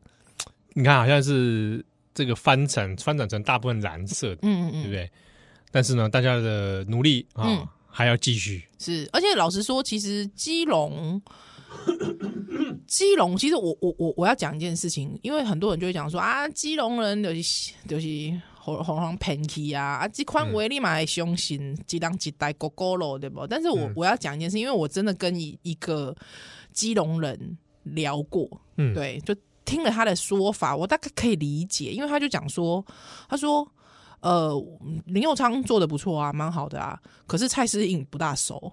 Speaker 2: 你看好像是这个翻转翻转成大部分蓝色的，
Speaker 3: 嗯嗯
Speaker 2: 对
Speaker 3: 嗯
Speaker 2: 不。对？但是呢，大家的努力啊、
Speaker 3: 嗯
Speaker 2: 还要继续。
Speaker 3: 是，而且老实说，其实基隆，基隆，其实我我我我要讲一件事情，因为很多人就会讲说啊，基隆人就是就是红红红偏僻啊，啊，这款威力嘛会相信几当几代狗狗咯，对不？但是我、
Speaker 2: 嗯
Speaker 3: 我要讲一件事，因为我真的跟一一个基隆人聊过，
Speaker 2: 嗯，
Speaker 3: 对，就听了他的说法，我大概可以理解，因为他就讲说，他说，呃，林佑昌做的不错啊，蛮好的啊，可是蔡诗颖不大熟。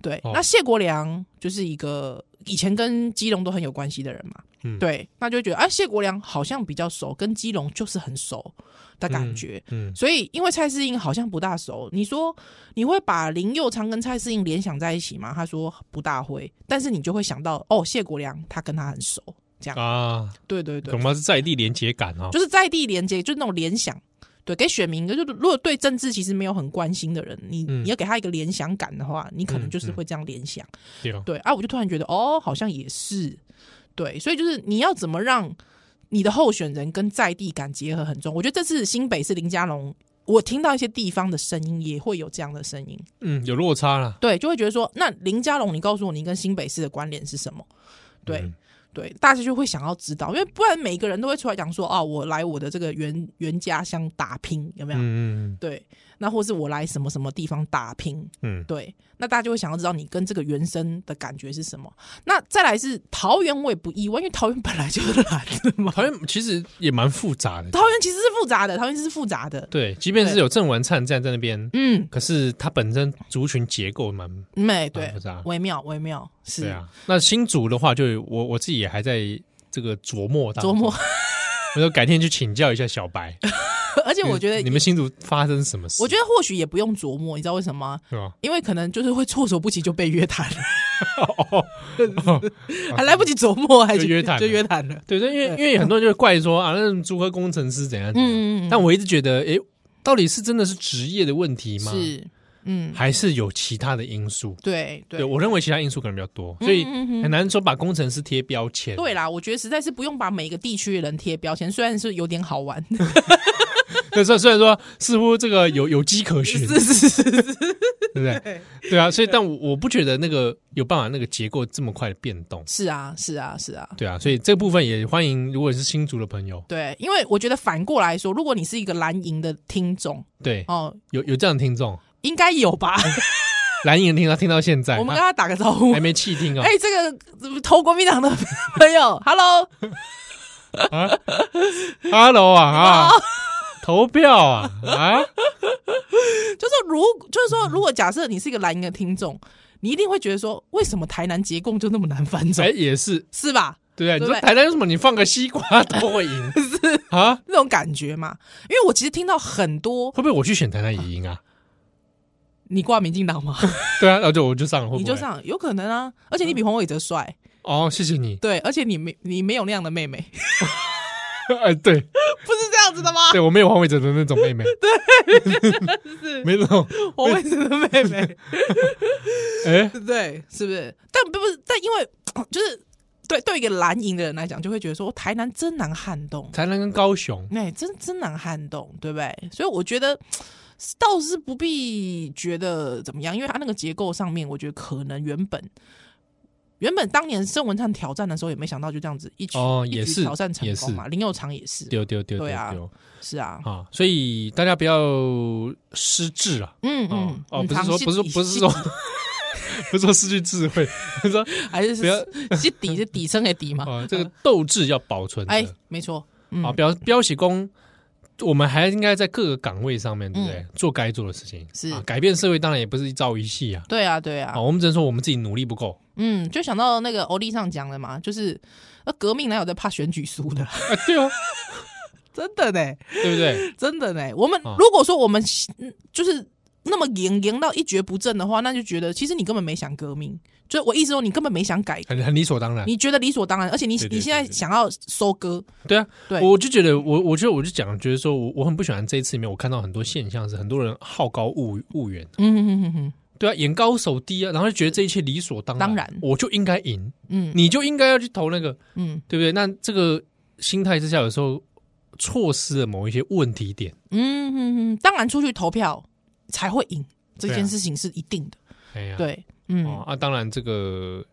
Speaker 3: 对，
Speaker 2: 哦
Speaker 3: 那谢国良就是一个以前跟基隆都很有关系的人嘛，
Speaker 2: 嗯
Speaker 3: 对，那就会觉得啊，谢国良好像比较熟，跟基隆就是很熟的感觉。
Speaker 2: 嗯，
Speaker 3: 所以，因为蔡诗颖好像不大熟，你说你会把林佑昌跟蔡诗颖联想在一起吗？他说不大会，但是你就会想到哦，谢国良他跟他很熟，这样。
Speaker 2: 啊，
Speaker 3: 对对对
Speaker 2: 恐，怕是在地连结感啊、
Speaker 3: 就是在地连接，就是那种联想。对，给选民，就是如果对政治其实没有很关心的人，你、
Speaker 2: 嗯
Speaker 3: 你要给他一个联想感的话，你可能
Speaker 2: 嗯
Speaker 3: 就
Speaker 2: 嗯
Speaker 3: 是会这样联想。
Speaker 2: 对哦，
Speaker 3: 对啊，我就突然觉得，哦，好像也是，对，所以就是你要怎么让你的候选人跟在地感结合很重要。我觉得这次新北市林佳龙，我听到一些地方的声音也会有这样的声音，
Speaker 2: 嗯，有落差啦。
Speaker 3: 对，就会觉得说，那林佳龙，你告诉我你跟新北市的关联是什么？对。
Speaker 2: 嗯
Speaker 3: 对，大家就会想要知道，因为不然每个人都会出来讲说，啊，我来我的这个原原家乡打拼，有没有？
Speaker 2: 嗯嗯
Speaker 3: 对，那或是我来什么什么地方打拼，
Speaker 2: 嗯，
Speaker 3: 对，那大家就会想要知道你跟这个原生的感觉是什么。那再来是桃园，我也不意外，因为桃园本来就是蓝的嘛。
Speaker 2: 桃园其实也蛮复杂的。
Speaker 3: 桃园其实是复杂的，桃园是复杂的。
Speaker 2: 对，即便是
Speaker 3: 对
Speaker 2: 有郑文灿站在那边，
Speaker 3: 嗯，
Speaker 2: 可是它本身族群结构蛮
Speaker 3: 没
Speaker 2: 蛮
Speaker 3: 对
Speaker 2: 复，杂。
Speaker 3: 微妙微妙是
Speaker 2: 对啊，那新竹的话就，我我自己也还在这个琢磨当
Speaker 3: 琢
Speaker 2: 中。
Speaker 3: 磨，
Speaker 2: 我说改天去请教一下小白，
Speaker 3: 而 且我觉
Speaker 2: 你
Speaker 3: 得，
Speaker 2: 们新竹发生什么事？
Speaker 3: 我觉得或许也不用琢磨，你知道为什么吗？
Speaker 2: 是吧？
Speaker 3: 因为可能就是会措手不及就被约谈了，
Speaker 2: 哦，
Speaker 3: 还来不及琢磨，还
Speaker 2: 就约谈了
Speaker 3: 就约谈了。
Speaker 2: 对对，因为因
Speaker 3: 对嗯
Speaker 2: 为很多人就会怪说啊，那竹科工程师怎样怎样。
Speaker 3: 嗯嗯嗯
Speaker 2: 但我一直觉得，诶，到底是真的是职业的问题吗？，
Speaker 3: 是，嗯，
Speaker 2: 还是有其他的因素？
Speaker 3: 对对
Speaker 2: 对我认为其他因素可能比较多，所以
Speaker 3: 嗯嗯嗯
Speaker 2: 很难说把工程师贴标签。
Speaker 3: 对啦，我觉得实在是不用把每个地区的人贴标签，虽然是有点好玩，
Speaker 2: 那虽虽然说似乎这个有有迹可循，对
Speaker 3: 是是是是，
Speaker 2: 不对？
Speaker 3: 对，
Speaker 2: 对啊，所以但我我不觉得那个有办法那个结构这么快的变动，
Speaker 3: 是啊是啊是啊，
Speaker 2: 对啊，所以这部分也欢迎，如果是新竹的朋友，
Speaker 3: 对，因为我觉得反过来说，如果你是一个蓝营的听众
Speaker 2: 对，
Speaker 3: 哦，
Speaker 2: 有有这样的听众，
Speaker 3: 应该有吧？
Speaker 2: 蓝营听到听到现在，
Speaker 3: 我们跟
Speaker 2: 啊
Speaker 3: 他打个招呼
Speaker 2: 还。没弃听哦
Speaker 3: 哎 哎、，这个投国民党的朋友，Hello，
Speaker 2: Hello 啊啊，投票啊啊，
Speaker 3: 就是如就是说，如果假设你是一个蓝营的听众，你一定会觉得说，为什么台南结共就那么难翻转
Speaker 2: 哎，也是
Speaker 3: 是吧？
Speaker 2: 对啊，你
Speaker 3: 对
Speaker 2: 说台南有什么？你放个西瓜都会赢 啊？
Speaker 3: 那种感觉嘛，因为我其实听到很多，
Speaker 2: 会不会我去选台南也赢啊？
Speaker 3: 你挂民进党吗？
Speaker 2: 对啊，然后就我就上了，会不会
Speaker 3: 你就上，有可能啊，而且你比黄伟哲帅，
Speaker 2: 哦，谢谢你，
Speaker 3: 对，而且你没你没有那样的妹妹，
Speaker 2: 哎，对
Speaker 3: 不是这样子的吗？
Speaker 2: 对，我没有黄伟哲的那种妹 妹， 对，没那种，
Speaker 3: 黄伟哲的妹妹，
Speaker 2: 哎，
Speaker 3: 对不对？是不是？但不不是，但因为就是对对一个蓝营的人来讲，就会觉得说哦台南真难撼动，
Speaker 2: 台南跟高雄，
Speaker 3: 哎、真真难撼动，对不对？所以我觉得倒是不必觉得怎么样，因为它那个结构上面，我觉得可能原本原本当年盛文灿挑战的时候，也没想到就这样子一举、
Speaker 2: 哦
Speaker 3: 一
Speaker 2: 也
Speaker 3: 举
Speaker 2: 是
Speaker 3: 挑战成
Speaker 2: 也
Speaker 3: 功嘛。林佑长也是，
Speaker 2: 丢丢丢丢
Speaker 3: 对啊
Speaker 2: 丢
Speaker 3: 是啊，
Speaker 2: 啊，所以大家不要失智啊，
Speaker 3: 嗯
Speaker 2: 哦
Speaker 3: 嗯，
Speaker 2: 哦，
Speaker 3: 嗯
Speaker 2: 不是
Speaker 3: 长
Speaker 2: 说
Speaker 3: 期
Speaker 2: 不是
Speaker 3: 底
Speaker 2: 不是
Speaker 3: 细
Speaker 2: 说 不是说失去智慧，是说
Speaker 3: 还是
Speaker 2: 不要
Speaker 3: 是底是底层的底嘛？
Speaker 2: 啊，这个斗志要保存的
Speaker 3: 呃哎，没错，嗯
Speaker 2: 啊，标标喜功，我们还应该在各个岗位上面，对不对？做该做的事情，
Speaker 3: 嗯是
Speaker 2: 啊，改变社会，当然也不是一朝一夕啊。
Speaker 3: 对啊对啊
Speaker 2: 啊，，我们只能说我们自己努力不够。
Speaker 3: 嗯，就想到那个欧弟上讲的嘛，就是呃，革命哪有在怕选举输的？
Speaker 2: 啊，对哦，
Speaker 3: 真的呢，
Speaker 2: 对不对？
Speaker 3: 真的呢。我们
Speaker 2: 啊
Speaker 3: 如果说我们嗯就是那么赢赢到一蹶不振的话，那就觉得其实你根本没想革命，就我意思说你根本没想改革，
Speaker 2: 很很理所当然。
Speaker 3: 你觉得理所当然，而且你
Speaker 2: 对对
Speaker 3: 你现在
Speaker 2: 对对
Speaker 3: 想要收割，
Speaker 2: 对啊，
Speaker 3: 对
Speaker 2: 我就觉得我，我觉得我就讲，觉得说我我很不喜欢这一次里面，我看到很多现象是很多人好高骛骛远，
Speaker 3: 嗯哼哼哼哼，
Speaker 2: 对啊，眼高手低啊，然后就觉得这一切理所当然，
Speaker 3: 当然
Speaker 2: 我就应该赢，
Speaker 3: 嗯
Speaker 2: 你就应该要去投那个，
Speaker 3: 嗯
Speaker 2: 对不对？那这个心态之下，有时候错失了某一些问题点，
Speaker 3: 嗯哼哼，当然出去投票才会赢，这
Speaker 2: 对啊
Speaker 3: 件事情是一定的，
Speaker 2: 哎呀，
Speaker 3: 对，嗯。
Speaker 2: 哦啊，当然这个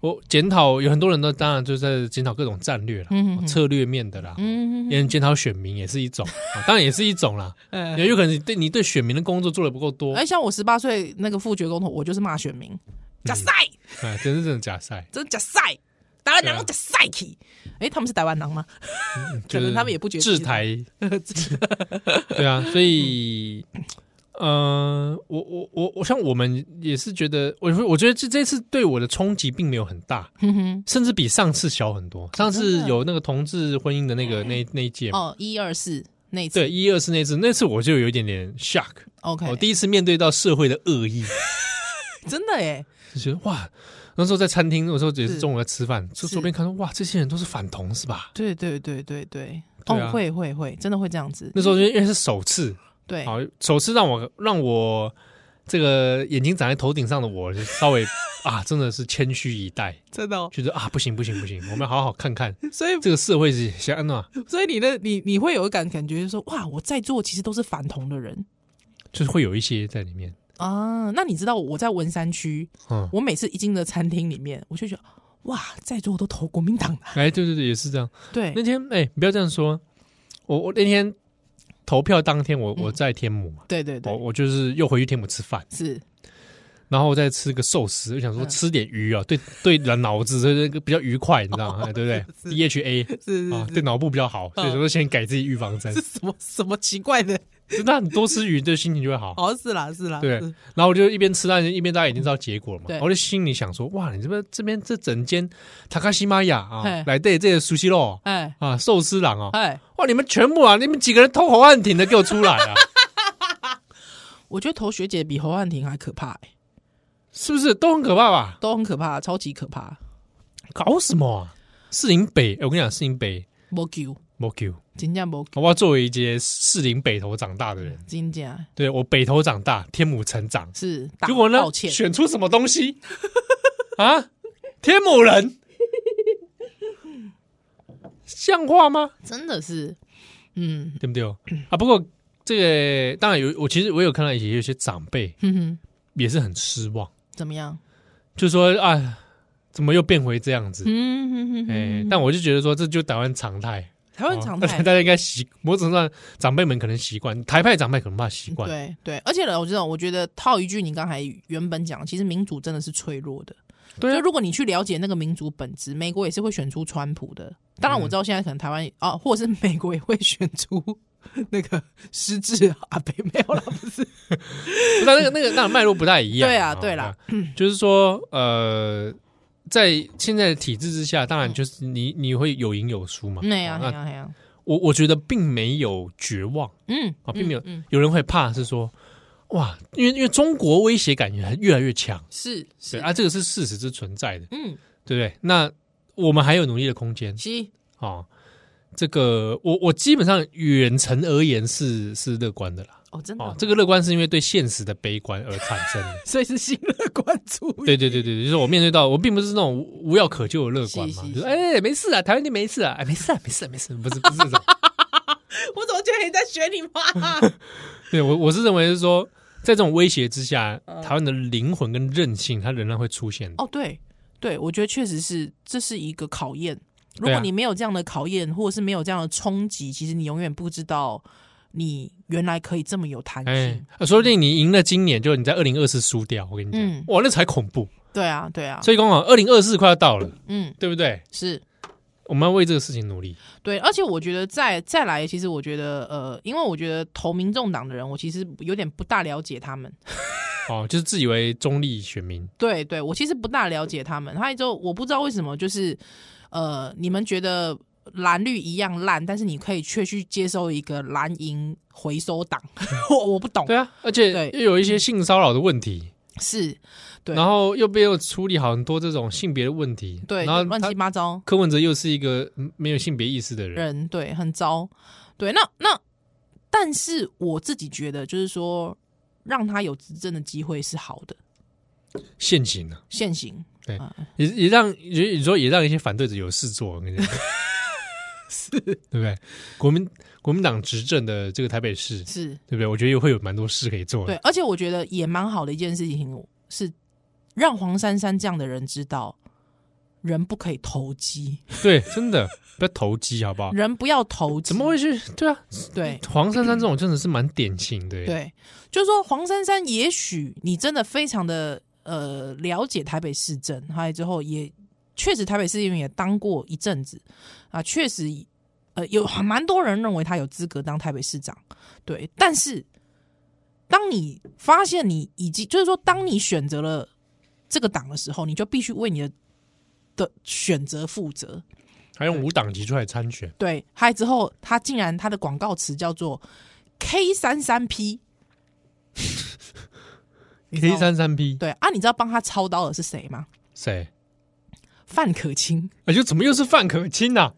Speaker 2: 我检讨有很多人都当然就在检讨各种战略啦、哦
Speaker 3: 嗯嗯嗯
Speaker 2: 策略面的啦，
Speaker 3: 嗯，
Speaker 2: 也检讨选民也是一 种，啊当然也是一种啦。
Speaker 3: 嗯
Speaker 2: 也有可能你对你对选民的工作做的不够多，
Speaker 3: 哎，像我十八岁那个复决公投，我就是骂选民，假赛，
Speaker 2: 哎，真是这种假 赛，
Speaker 3: 真假赛，台湾人都假赛去。哎，他们是台湾人吗？ 可
Speaker 2: 啊嗯就
Speaker 3: 能
Speaker 2: 是
Speaker 3: 他们也不觉得
Speaker 2: 制台， 对啊，所以。嗯、我我我我像我们也是觉得，我我觉得这这次对我的冲击并没有很大，
Speaker 3: 哼哼，
Speaker 2: 甚至比上次小很多。上
Speaker 3: 哦真
Speaker 2: 次
Speaker 3: 的
Speaker 2: 有那个同志婚姻的那个那那一届嘛，
Speaker 3: 哦，一二四那一次，
Speaker 2: 对，一二是那次，那次我就有一点点 shock，哦
Speaker 3: ，OK，
Speaker 2: 我第一次面对到社会的恶 意，
Speaker 3: 真的耶，
Speaker 2: 就觉得哇，那时候在餐厅，那时候也是
Speaker 3: 是嗯
Speaker 2: 中午在吃饭，就是周边看到哇，这些人都是反同是吧？
Speaker 3: 对对对对对，
Speaker 2: 对
Speaker 3: 哦
Speaker 2: 啊，
Speaker 3: 会会会，真的会这样子。
Speaker 2: 那时候就因为是首次，
Speaker 3: 对，
Speaker 2: 好，首次让我让我这个眼睛长在头顶上的我，就稍 微啊，真的是谦虚以待，
Speaker 3: 真的哦。
Speaker 2: 觉得啊，不行不行不行，我们好好看看
Speaker 3: 所以
Speaker 2: 这个社会是想啊安娜，
Speaker 3: 所以你的你你会有一感感觉就是说，哇，我在座其实都是反同的人
Speaker 2: 就是会有一些在里面，
Speaker 3: 啊。那你知道我在文山区，
Speaker 2: 嗯，
Speaker 3: 我每次一进的餐厅里面，我就觉得哇，在座都投国民党的，
Speaker 2: 哎，对对对，也是这样。
Speaker 3: 对
Speaker 2: 那天哎、不要这样说，我我那天投票当天我，我在天母嘛，
Speaker 3: 对嗯对
Speaker 2: 我
Speaker 3: 对，
Speaker 2: 我就是又回去天母吃饭，
Speaker 3: 是
Speaker 2: 然后再吃个寿司，我想说
Speaker 3: 嗯
Speaker 2: 吃点鱼啊，对对人脑子这个比较愉快，你知道吗？哎对不
Speaker 3: 哦是
Speaker 2: 对？DHA
Speaker 3: 是嗯
Speaker 2: 啊，对脑部比较好，所以说先给自己预防针
Speaker 3: 是，什么什么奇怪的？
Speaker 2: 那你多吃鱼，对心情就会好。
Speaker 3: 哦，是啦是啦，
Speaker 2: 对
Speaker 3: 是，
Speaker 2: 然后我就一边吃，但一边大家已经知道结果了嘛
Speaker 3: 对，
Speaker 2: 我就心里想说，哇，你这边这边这整间塔卡西玛雅啊
Speaker 3: 嘿，
Speaker 2: 来对这些熟悉肉
Speaker 3: 哎
Speaker 2: 啊，寿司郎啊，
Speaker 3: 哎，
Speaker 2: 哇，你们全部啊，你们几个人偷侯汉廷的给我出来 啊！
Speaker 3: 我觉得投学姐比侯汉廷还可怕、欸，
Speaker 2: 是不是都很可怕吧？
Speaker 3: 都很可怕，超级可怕。
Speaker 2: 搞什么、啊？士林北，我跟你讲，士林北
Speaker 3: 没救，
Speaker 2: 没 Q。
Speaker 3: 真正没救，
Speaker 2: 我作为一些士林北头长大的人，
Speaker 3: 真正
Speaker 2: 对我北头长大，天母成长，
Speaker 3: 是大
Speaker 2: 结果呢
Speaker 3: 抱，歉，
Speaker 2: 选出什么东 西啊？天母人，像话吗？
Speaker 3: 真的是。嗯
Speaker 2: 对不对？ 啊，不过这个当然有，我其实我有看到一些有些长辈
Speaker 3: 哼哼，
Speaker 2: 也是很失望，
Speaker 3: 怎么样？
Speaker 2: 就说啊，怎么又变回这样子？
Speaker 3: 嗯哼哼
Speaker 2: 哎、
Speaker 3: 哼，
Speaker 2: 但我就觉得说，这就台湾常态，
Speaker 3: 台湾常态
Speaker 2: 哦 大家应该习，某种程度上长辈们可能习惯，台派长辈可能怕习惯，
Speaker 3: 对对，而且呢，我知道，我觉得套一句你刚才原本讲，其实民主真的是脆弱的。
Speaker 2: 对啊
Speaker 3: 就如果你去了解那个民主本质，美国也是会选出川普的。当然，我知道现在可能台湾、啊，或者是美国也会选出那个失智阿北没 有了，不是？
Speaker 2: 不但那个那个那个脉络不太一样。
Speaker 3: 对啊
Speaker 2: 哦
Speaker 3: 对啦，
Speaker 2: 就是说，呃，在现在的体制之下，当然就是
Speaker 3: 嗯
Speaker 2: 你你会有赢有输嘛。
Speaker 3: 那样
Speaker 2: 哦
Speaker 3: 那
Speaker 2: 那
Speaker 3: 样那样，
Speaker 2: 我我觉得并没有绝望
Speaker 3: 嗯，
Speaker 2: 啊，并没有
Speaker 3: 嗯，嗯
Speaker 2: 有人会怕是说，哇，因为因为中国威胁感也越来越强，
Speaker 3: 是
Speaker 2: 对
Speaker 3: 是，
Speaker 2: 啊，这个是事实是存在的，
Speaker 3: 嗯，
Speaker 2: 对不对？那我们还有努力的空间
Speaker 3: 是，
Speaker 2: 啊。这个我我基本上远程而言是是乐观的啦，
Speaker 3: 哦，真的
Speaker 2: 哦
Speaker 3: 哦，，
Speaker 2: 这个乐观是因为对现实的悲观而产生的。
Speaker 3: 所以是新乐观主义，
Speaker 2: 对对对对，就是我面对到我并不是那种无无药可救的乐观嘛，
Speaker 3: 是是
Speaker 2: 就是
Speaker 3: 是
Speaker 2: 哎、没事啊，台湾就没事啊，哎没事啊没事啊没事啊，不是不是这种，
Speaker 3: 我怎么觉得你在学你 妈？
Speaker 2: 对我我是认为是说，在这种威胁之下，台湾的灵魂跟韧性它仍然会出现的，
Speaker 3: 嗯哦，对对，我觉得确实是，这是一个考验。如
Speaker 2: 对
Speaker 3: 果
Speaker 2: 啊
Speaker 3: 你没有这样的考验，或者是没有这样的冲击，其实你永远不知道你原来可以这么有弹性。
Speaker 2: 哎、说不定你赢了今年，就你在二零二四输掉，我跟你讲，
Speaker 3: 嗯
Speaker 2: 哇那才恐怖，
Speaker 3: 对啊，对啊，
Speaker 2: 所以刚好二零二四快要到了，
Speaker 3: 嗯，
Speaker 2: 对不对？
Speaker 3: 是
Speaker 2: 我们要为这个事情努力，
Speaker 3: 对。而且我觉得再再来，其实我觉得呃，因为我觉得投民众党的人，我其实有点不大了解他们。
Speaker 2: 哦，就是自以为中立选民，
Speaker 3: 对对，我其实不大了解他们。还有就我不知道为什么，就是呃，你们觉得蓝绿一样烂，但是你可以却去接受一个蓝银回收党， 我我不懂。
Speaker 2: 对啊，而且
Speaker 3: 对
Speaker 2: 又有一些性骚扰的问题，
Speaker 3: 是对
Speaker 2: 然后又没有处理好很多这种性别的问题，
Speaker 3: 对，
Speaker 2: 然后
Speaker 3: 就乱
Speaker 2: 他
Speaker 3: 七八糟
Speaker 2: 柯文哲又是一个嗯没有性别意识的人，
Speaker 3: 人，对，很糟。对，那那，但是我自己觉得，就是说，让他有执政的机会是好的，
Speaker 2: 现行啊，
Speaker 3: 现行
Speaker 2: 也也让也你说也让一些反对者有事做，我跟 你讲，是对不对？国民国民党执政的这个台北市，
Speaker 3: 是
Speaker 2: 对不对？我觉得又会有蛮多事可以做
Speaker 3: 对
Speaker 2: 的，，
Speaker 3: 而且我觉得也蛮好的一件事情是让黄珊珊这样的人知道。人不可以投机，
Speaker 2: 对，真的不要投机好不好？
Speaker 3: 人不要投
Speaker 2: 哦
Speaker 3: 机。
Speaker 2: 怎么会去？对啊，
Speaker 3: 对
Speaker 2: 黄珊珊这种真的是蛮典型的，，
Speaker 3: 对，就是说黄珊珊，也许你真的非常的呃了解台北市政，还有之后也确实台北市议员也当过一阵子啊，确实呃有还蛮多人认为他有资格当台北市长，对，但是当你发现你已经就是说，当你选择了这个党的时候，你就必须为你的的选择负责，
Speaker 2: 还用无党籍出来参选，
Speaker 3: 对，还之后他竟然他的广告词叫做 K 三三 P。你知
Speaker 2: K
Speaker 3: 道吗
Speaker 2: 三三 P
Speaker 3: 对啊，你知道帮他操刀的是谁吗？
Speaker 2: 谁？
Speaker 3: 范可清。
Speaker 2: 哎呦，怎么又是范可清啊呐？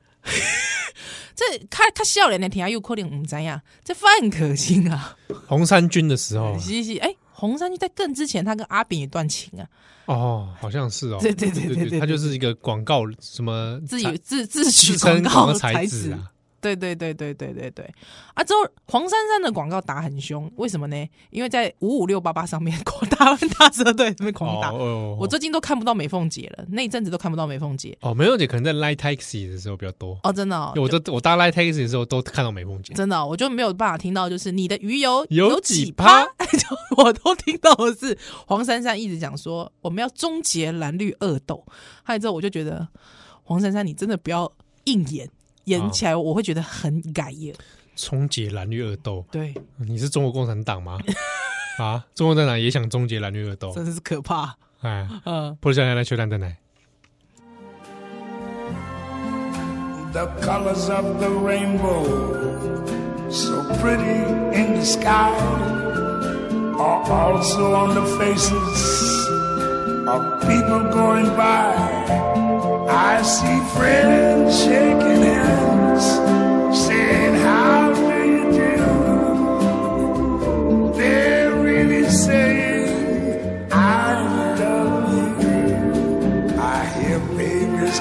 Speaker 3: 这看看笑脸的听下又可能唔知呀，这范可清啊，
Speaker 2: 红衫军的时候啊，
Speaker 3: 是是哎，红山区在更之前，他跟阿炳有段情啊，
Speaker 2: 哦，好像是哦，
Speaker 3: 对对对对对对
Speaker 2: 他就是一个广告什么
Speaker 3: 自
Speaker 2: 产
Speaker 3: 己自自取
Speaker 2: 自称
Speaker 3: 广
Speaker 2: 广
Speaker 3: 告
Speaker 2: 告
Speaker 3: 才
Speaker 2: 才
Speaker 3: 子
Speaker 2: 子啊，
Speaker 3: 对对对对对对对，啊！之后黄珊珊的广告打很凶，为什么呢？因为在五五六八八上面 狂打湾大蛇队那边狂打，
Speaker 2: 哦哦
Speaker 3: 我最近都看不到美凤姐了，那一阵子都看不到美凤姐
Speaker 2: 哦，梅凤姐可能在 Light Taxi 的时候比较多，
Speaker 3: 哦，真的、哦，
Speaker 2: 我都我搭 Light Taxi 的时候都看到梅凤姐，
Speaker 3: 真的哦、我就没有办法听到，就是你的鱼油
Speaker 2: 有几
Speaker 3: 几
Speaker 2: 趴
Speaker 3: 趴， 就我都听到的是黄珊珊一直讲说我们要终结蓝绿恶斗，还有之后我就觉得黄珊珊你真的不要硬演，演起来我会觉得很改耶。
Speaker 2: 终结蓝绿恶斗，
Speaker 3: 对，
Speaker 2: 你是中国共产党 吗？啊，中国共产党也想终结蓝绿恶斗，
Speaker 3: 真的是可怕，
Speaker 2: 哎，
Speaker 3: 嗯。
Speaker 2: 不是来来秋蛋蛋奶，
Speaker 1: The colors of the rainbow, so pretty in the sky, are also on the faces of people going by. I see friends shaking hands, saying, How do you do? They're really saying, I love you. I hear babies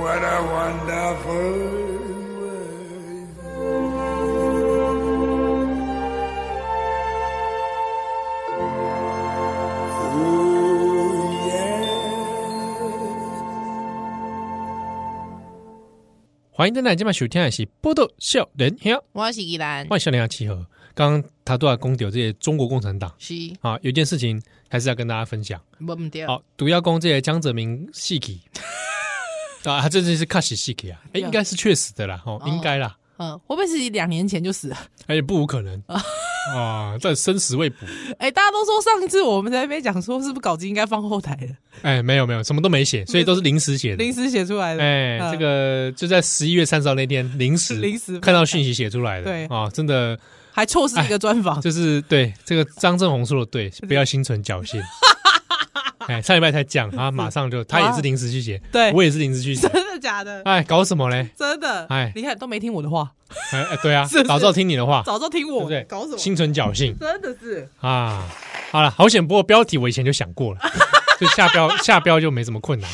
Speaker 1: what a wonderful world. Oh, yeah.
Speaker 2: 欢迎登来今晚收听的是《波多笑人兄》，
Speaker 3: 我是依兰，
Speaker 2: 欢迎笑人兄集合。刚刚他都要攻掉这些中国共产党
Speaker 3: 是
Speaker 2: 啊，有一件事情还是要跟大家分享。
Speaker 3: 无毋对，
Speaker 2: 好，毒药攻这些江泽民戏 体啊，他这真是卡西戏体啊，哎，
Speaker 3: 对啊
Speaker 2: 应该是确实的啦，哦，应该啦，
Speaker 3: 嗯，会不会是两年前就死了？
Speaker 2: 而且不无可能
Speaker 3: 哦
Speaker 2: 啊，但生死未卜。
Speaker 3: 哎、大家都说上一次我们在那边讲说，是不是稿子应该放后台的，
Speaker 2: 哎，没有没有，什么都没写，所以都是临时写的。
Speaker 3: 临时写出来的？
Speaker 2: 哎，
Speaker 3: 嗯
Speaker 2: 这个就在十一月三十号那天临时
Speaker 3: 临时
Speaker 2: 看到讯息写出来的，
Speaker 3: 对
Speaker 2: 啊，真的
Speaker 3: 还错失一个专 访，
Speaker 2: 就是对这个张正宏说的对，不要心存侥 幸。哎，上礼拜才讲啊，马上就他也是临时去写，
Speaker 3: 对，
Speaker 2: 我也是临时去写
Speaker 3: 真的假的？
Speaker 2: 哎，搞什么嘞？
Speaker 3: 真的，
Speaker 2: 哎
Speaker 3: 你看都没听我的话，
Speaker 2: 哎，哎对啊，
Speaker 3: 是不是
Speaker 2: 早知道听你的话，
Speaker 3: 早就听
Speaker 2: 对
Speaker 3: 我，
Speaker 2: 不对？
Speaker 3: 搞什么？
Speaker 2: 心存侥幸
Speaker 3: 真的是，
Speaker 2: 啊！好了，好险！不过标题我以前就想 过了，就下标下标就没什么困难。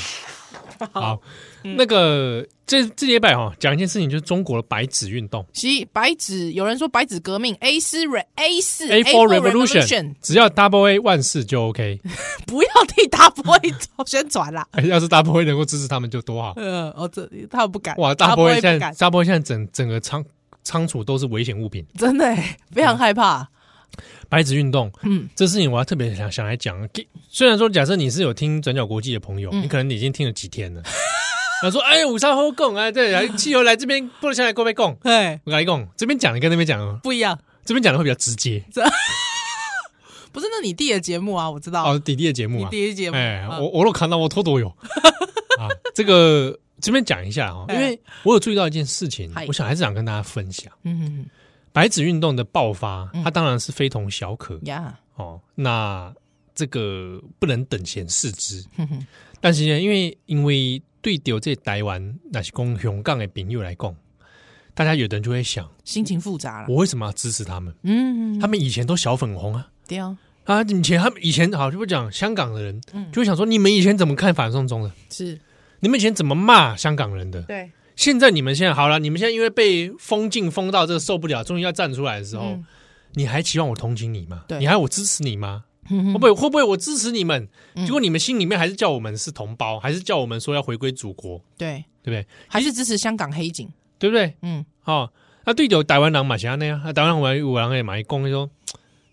Speaker 2: 好，
Speaker 3: 嗯
Speaker 2: 那个这这礼拜哈、哦，讲一件事情，就是中国的白纸运动
Speaker 3: 是白纸，有人说白纸革命，A 四 re A 四
Speaker 2: （A for Revolution），
Speaker 3: Revolution
Speaker 2: 只要 Double A 万事就 OK。
Speaker 3: 不要替大波一做宣传啦。
Speaker 2: 哎要是 Double A 能够支持他们就多好
Speaker 3: 呃，哦，这他们不敢，
Speaker 2: 哇！大波 A
Speaker 3: 不
Speaker 2: 现在
Speaker 3: 敢，
Speaker 2: 大波 A 现在整整个仓仓储都是危险物品，
Speaker 3: 真的欸非常害怕。
Speaker 2: 白纸运动，
Speaker 3: 嗯，
Speaker 2: 这事情我要特别想想来讲。啊给虽然说，假设你是有听转角国际的朋友，
Speaker 3: 嗯
Speaker 2: 你可能已经听了几天了。他说：“哎，五三后供啊，对，来汽油来这边，不能下来过被供。
Speaker 3: 对，
Speaker 2: 我跟你讲，这边讲的跟那边讲的，
Speaker 3: 不一样，
Speaker 2: 这边讲的会比较直接。
Speaker 3: 不是那你弟的节目啊，我知道，
Speaker 2: 哦，弟弟的节目
Speaker 3: 你
Speaker 2: 啊，
Speaker 3: 弟的节目，
Speaker 2: 哎，
Speaker 3: 嗯
Speaker 2: 我我都看到我偷 偷有啊。这个这边讲一下哦，因为我有注意到一件事情
Speaker 3: 哎嗨，
Speaker 2: 我想还是想跟大家分享。
Speaker 3: 嗯
Speaker 2: 白纸运动的爆发，它当然是非同小可
Speaker 3: 呀，
Speaker 2: 哦。那这个不能等闲视之。
Speaker 3: 哼哼
Speaker 2: 但是呢，因为因为对丢这台湾那是公香港的朋友来讲，大家有的人就会想，
Speaker 3: 心情复杂了。
Speaker 2: 我为什么要支持他们？
Speaker 3: 啊嗯，
Speaker 2: 他们以前都小粉红啊。
Speaker 3: 对啊，
Speaker 2: 啊，以前他们以前好就不讲香港的人，
Speaker 3: 嗯
Speaker 2: 就会想说你们以前怎么看反送中的？
Speaker 3: 是，
Speaker 2: 你们以前怎么骂香港人的？
Speaker 3: 对，
Speaker 2: 现在你们现在好了，你们现在因为被封禁封到这个受不了，终于要站出来的时候，
Speaker 3: 嗯
Speaker 2: 你还期望我同情你吗？
Speaker 3: 对
Speaker 2: 你还要我支持你吗？
Speaker 3: 嗯
Speaker 2: 会不会会不会我支持你们？结果你们心里面还是叫我们是同胞，还是叫我们说要回归祖国，
Speaker 3: 对，
Speaker 2: 对不对？
Speaker 3: 还是支持香港黑警。
Speaker 2: 对不对？
Speaker 3: 嗯，
Speaker 2: 哦，那对头台湾人嘛，像那样，啊台湾人玩五郎也买公说，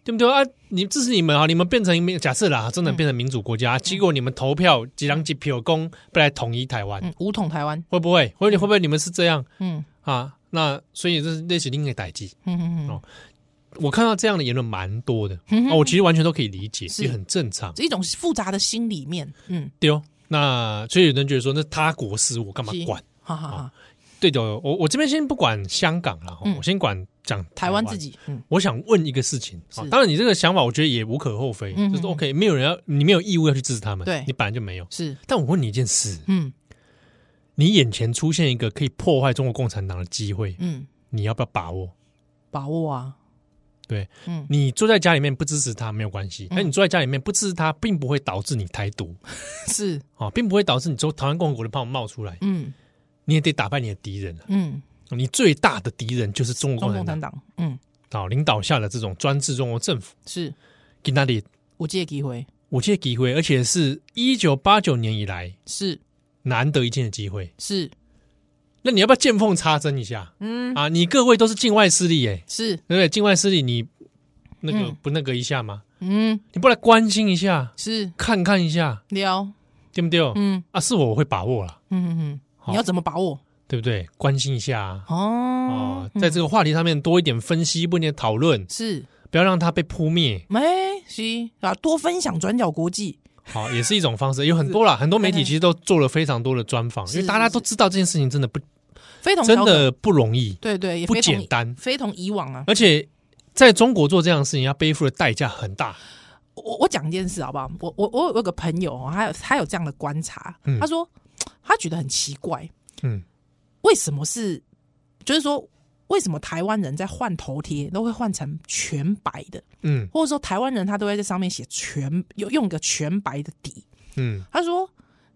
Speaker 2: 对不对啊？你支持你们啊，你们变成一民，假设啦，真的变成民主国
Speaker 3: 嗯
Speaker 2: 家，啊结果你们投票几人几票公不来统一台湾，
Speaker 3: 嗯，武统台湾。
Speaker 2: 会不会？会会不会你们是这样
Speaker 3: 嗯
Speaker 2: 啊？那所以这是类似另一个代际。
Speaker 3: 嗯嗯
Speaker 2: 哦
Speaker 3: 嗯，
Speaker 2: 我看到这样的言论蛮多的，
Speaker 3: 嗯
Speaker 2: 啊，我其实完全都可以理解，
Speaker 3: 是
Speaker 2: 也很正常。
Speaker 3: 这一种复杂的心里面。嗯，
Speaker 2: 丢、哦那所以有人觉得说，那他国事我干嘛
Speaker 3: 是
Speaker 2: 管？
Speaker 3: 哈哈
Speaker 2: 哦
Speaker 3: 哈，
Speaker 2: 对的，我我这边先不管香港啦，哦
Speaker 3: 嗯
Speaker 2: 我先管讲
Speaker 3: 台湾自己。嗯，
Speaker 2: 我想问一个事情，
Speaker 3: 是
Speaker 2: 啊当然你这个想法，我觉得也无可厚非，
Speaker 3: 嗯
Speaker 2: 就是
Speaker 3: 嗯
Speaker 2: OK，没有人要，你没有义务要去支持他们，
Speaker 3: 对
Speaker 2: 你本来就没有。
Speaker 3: 是，
Speaker 2: 但我问你一件事，
Speaker 3: 嗯
Speaker 2: 你眼前出现一个可以破坏中国共产党的机会，
Speaker 3: 嗯，
Speaker 2: 你要不要把握？
Speaker 3: 把握啊。
Speaker 2: 对
Speaker 3: 嗯，
Speaker 2: 你坐在家里面不支持他没有关系，但你坐在家里面不支持他，并不会导致你台独
Speaker 3: 是，
Speaker 2: 啊，并不会导致你从台湾共和国的泡沫冒出来，
Speaker 3: 嗯
Speaker 2: 你也得打败你的敌人啊
Speaker 3: 嗯，
Speaker 2: 你最大的敌人就是中国
Speaker 3: 中
Speaker 2: 共
Speaker 3: 共
Speaker 2: 产
Speaker 3: 产
Speaker 2: 党
Speaker 3: 党。嗯，
Speaker 2: 啊，领导下的这种专制中国政府，
Speaker 3: 是
Speaker 2: 给那里
Speaker 3: 我借机会。
Speaker 2: 我这个机会，而且是一九八九年以来。
Speaker 3: 是
Speaker 2: 难得一见的机会。
Speaker 3: 是，
Speaker 2: 那你要不要见缝插针一下？
Speaker 3: 嗯
Speaker 2: 啊，你各位都是境外势力耶、
Speaker 3: 是，
Speaker 2: 对不对？境外势力你那个
Speaker 3: 嗯
Speaker 2: 不那个一下吗？
Speaker 3: 嗯
Speaker 2: 你不来关心一下，
Speaker 3: 是
Speaker 2: 看看一下，
Speaker 3: 撩。
Speaker 2: 对不对？
Speaker 3: 嗯
Speaker 2: 啊，是我我会把握了，
Speaker 3: 嗯嗯嗯，
Speaker 2: 好
Speaker 3: 你要怎么把握？
Speaker 2: 对不对？关心一下啊，
Speaker 3: 哦
Speaker 2: 哦，在这个话题上面多一点分析，不一点讨论，
Speaker 3: 是
Speaker 2: 不要让它被扑灭。
Speaker 3: 没是啊，多分享转角国际
Speaker 2: 好，也是一种方式，有很多啦，很多媒体其实都做了非常多的专访，因为
Speaker 3: 是
Speaker 2: 大家
Speaker 3: 是
Speaker 2: 都知道这件事情真的不
Speaker 3: 非同
Speaker 2: 真
Speaker 3: 小可，
Speaker 2: 的不容易，
Speaker 3: 对对，也
Speaker 2: 不
Speaker 3: 非同
Speaker 2: 简单
Speaker 3: 非同以往啊。
Speaker 2: 而且在中国做这样的事情，要背负的代价很大。
Speaker 3: 我我讲一件事好不好？我我我有个朋友哦，他有他有这样的观察，
Speaker 2: 嗯
Speaker 3: 他说他觉得很奇怪，
Speaker 2: 嗯，
Speaker 3: 为什么是就是说为什么台湾人在换头贴都会换成全白的，
Speaker 2: 嗯
Speaker 3: 或者说台湾人他都会在上面写全有用一个全白的底。
Speaker 2: 嗯
Speaker 3: 他说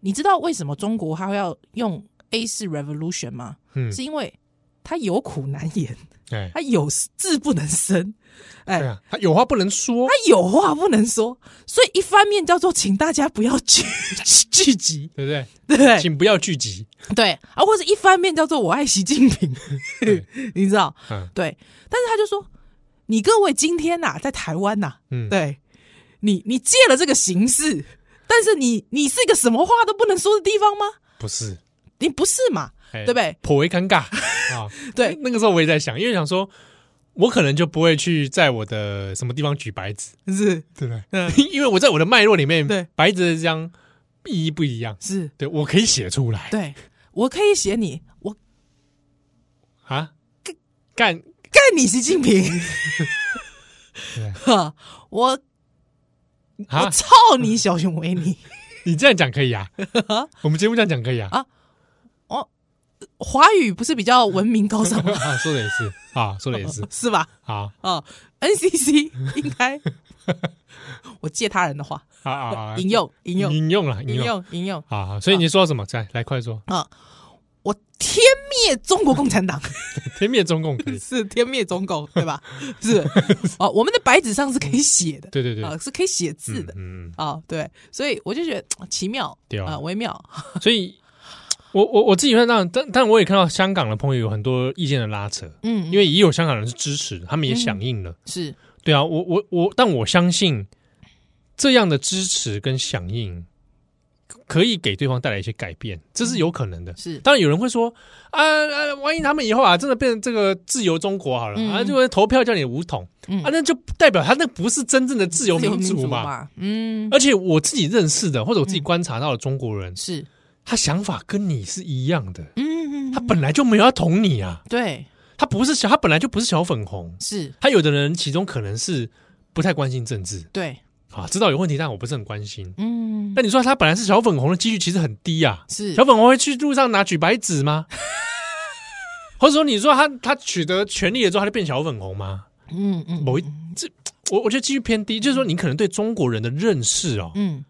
Speaker 3: 你知道为什么中国他会要用 A 四 Revolution 吗？
Speaker 2: 嗯，
Speaker 3: 是因为他有苦难言，
Speaker 2: 哎，
Speaker 3: 他有字不能生，哎、
Speaker 2: 对啊，他有话不能说，
Speaker 3: 他有话不能说，所以一方面叫做请大家不要聚 聚集，
Speaker 2: 对不对？
Speaker 3: 对不对？
Speaker 2: 请不要聚集。
Speaker 3: 对啊，或者一方面叫做我爱习近平， 你知道？
Speaker 2: 嗯
Speaker 3: 对，但是他就说，你各位今天呐、在台湾呐、
Speaker 2: 嗯，
Speaker 3: 对你你借了这个形式，但是你你是一个什么话都不能说的地方吗？
Speaker 2: 不是，
Speaker 3: 你不是嘛？
Speaker 2: 哎
Speaker 3: 对不对？
Speaker 2: 颇为 尴尬啊。
Speaker 3: 对
Speaker 2: 那个时候我也在想，因为想说，我可能就不会去在我的什么地方举白纸，
Speaker 3: 是
Speaker 2: 对不
Speaker 3: 嗯
Speaker 2: 对？ 因为我在我的脉络里面，
Speaker 3: 对
Speaker 2: 白纸的这张意义不一样，
Speaker 3: 是，
Speaker 2: 对我可以写出来
Speaker 3: 对我可以写你，我
Speaker 2: 啊。干
Speaker 3: 干你习近平，哈，我我
Speaker 2: 啊！
Speaker 3: 操你小熊维尼，
Speaker 2: 你这样讲可以啊？我们节目这样讲可以啊？
Speaker 3: 华语不是比较文明高 尚吗？
Speaker 2: 啊，说的也是啊，说的也 是
Speaker 3: 是吧？
Speaker 2: 啊
Speaker 3: 啊、n c c 应该，我借他人的话，
Speaker 2: 啊啊啊！
Speaker 3: 引用引用
Speaker 2: 引用了，
Speaker 3: 引
Speaker 2: 引用
Speaker 3: 用引用
Speaker 2: 啊！所以你说什么？来来，快说，
Speaker 3: 啊！我天灭中国 共产党，。
Speaker 2: 天灭中共可以
Speaker 3: 是天灭中共，对吧？是啊，我们的白纸上是可以写的，
Speaker 2: 对对对，
Speaker 3: 啊，是可以写字的
Speaker 2: 嗯，嗯
Speaker 3: 啊，对，所以我就觉得奇妙，
Speaker 2: 对啊
Speaker 3: 啊，微妙，
Speaker 2: 嗯所以我我我自己会让，但但我也看到香港的朋友有很多意见的拉扯，
Speaker 3: 嗯，
Speaker 2: 因为也有香港人是支持，他们也响应了。
Speaker 3: 是
Speaker 2: 对啊，我我我，但我相信这样的支持跟响应。可以给对方带来一些改变，这是有可能的。
Speaker 3: 是
Speaker 2: 当然，有人会说啊啊，万一他们以后啊，真的变成这个自由中国好了，
Speaker 3: 嗯
Speaker 2: 啊，就会投票叫你武统，
Speaker 3: 嗯
Speaker 2: 啊，那就代表他那不是真正的自由
Speaker 3: 自由
Speaker 2: 民主嘛。，
Speaker 3: 嗯，
Speaker 2: 而且我自己认识的，或者我自己观察到的中国人，
Speaker 3: 是，
Speaker 2: 他想法跟你是一样的，
Speaker 3: 嗯，
Speaker 2: 他本来就没有要捅你啊，
Speaker 3: 对，
Speaker 2: 他不是小，他本来就不是小粉红，
Speaker 3: 是
Speaker 2: 他有的人其中可能是不太关心政治
Speaker 3: 对，
Speaker 2: 啊，知道有问题，但我不是很关心。
Speaker 3: 嗯，
Speaker 2: 那你说他本来是小粉红的几率其实很低啊，
Speaker 3: 是
Speaker 2: 小粉红会去路上拿举白纸吗？ 或者说你说他他取得权利了之后，他就变小粉红吗？
Speaker 3: 嗯嗯，
Speaker 2: 某一这我我觉得几率偏低，就是说你可能对中国人的认识哦
Speaker 3: 嗯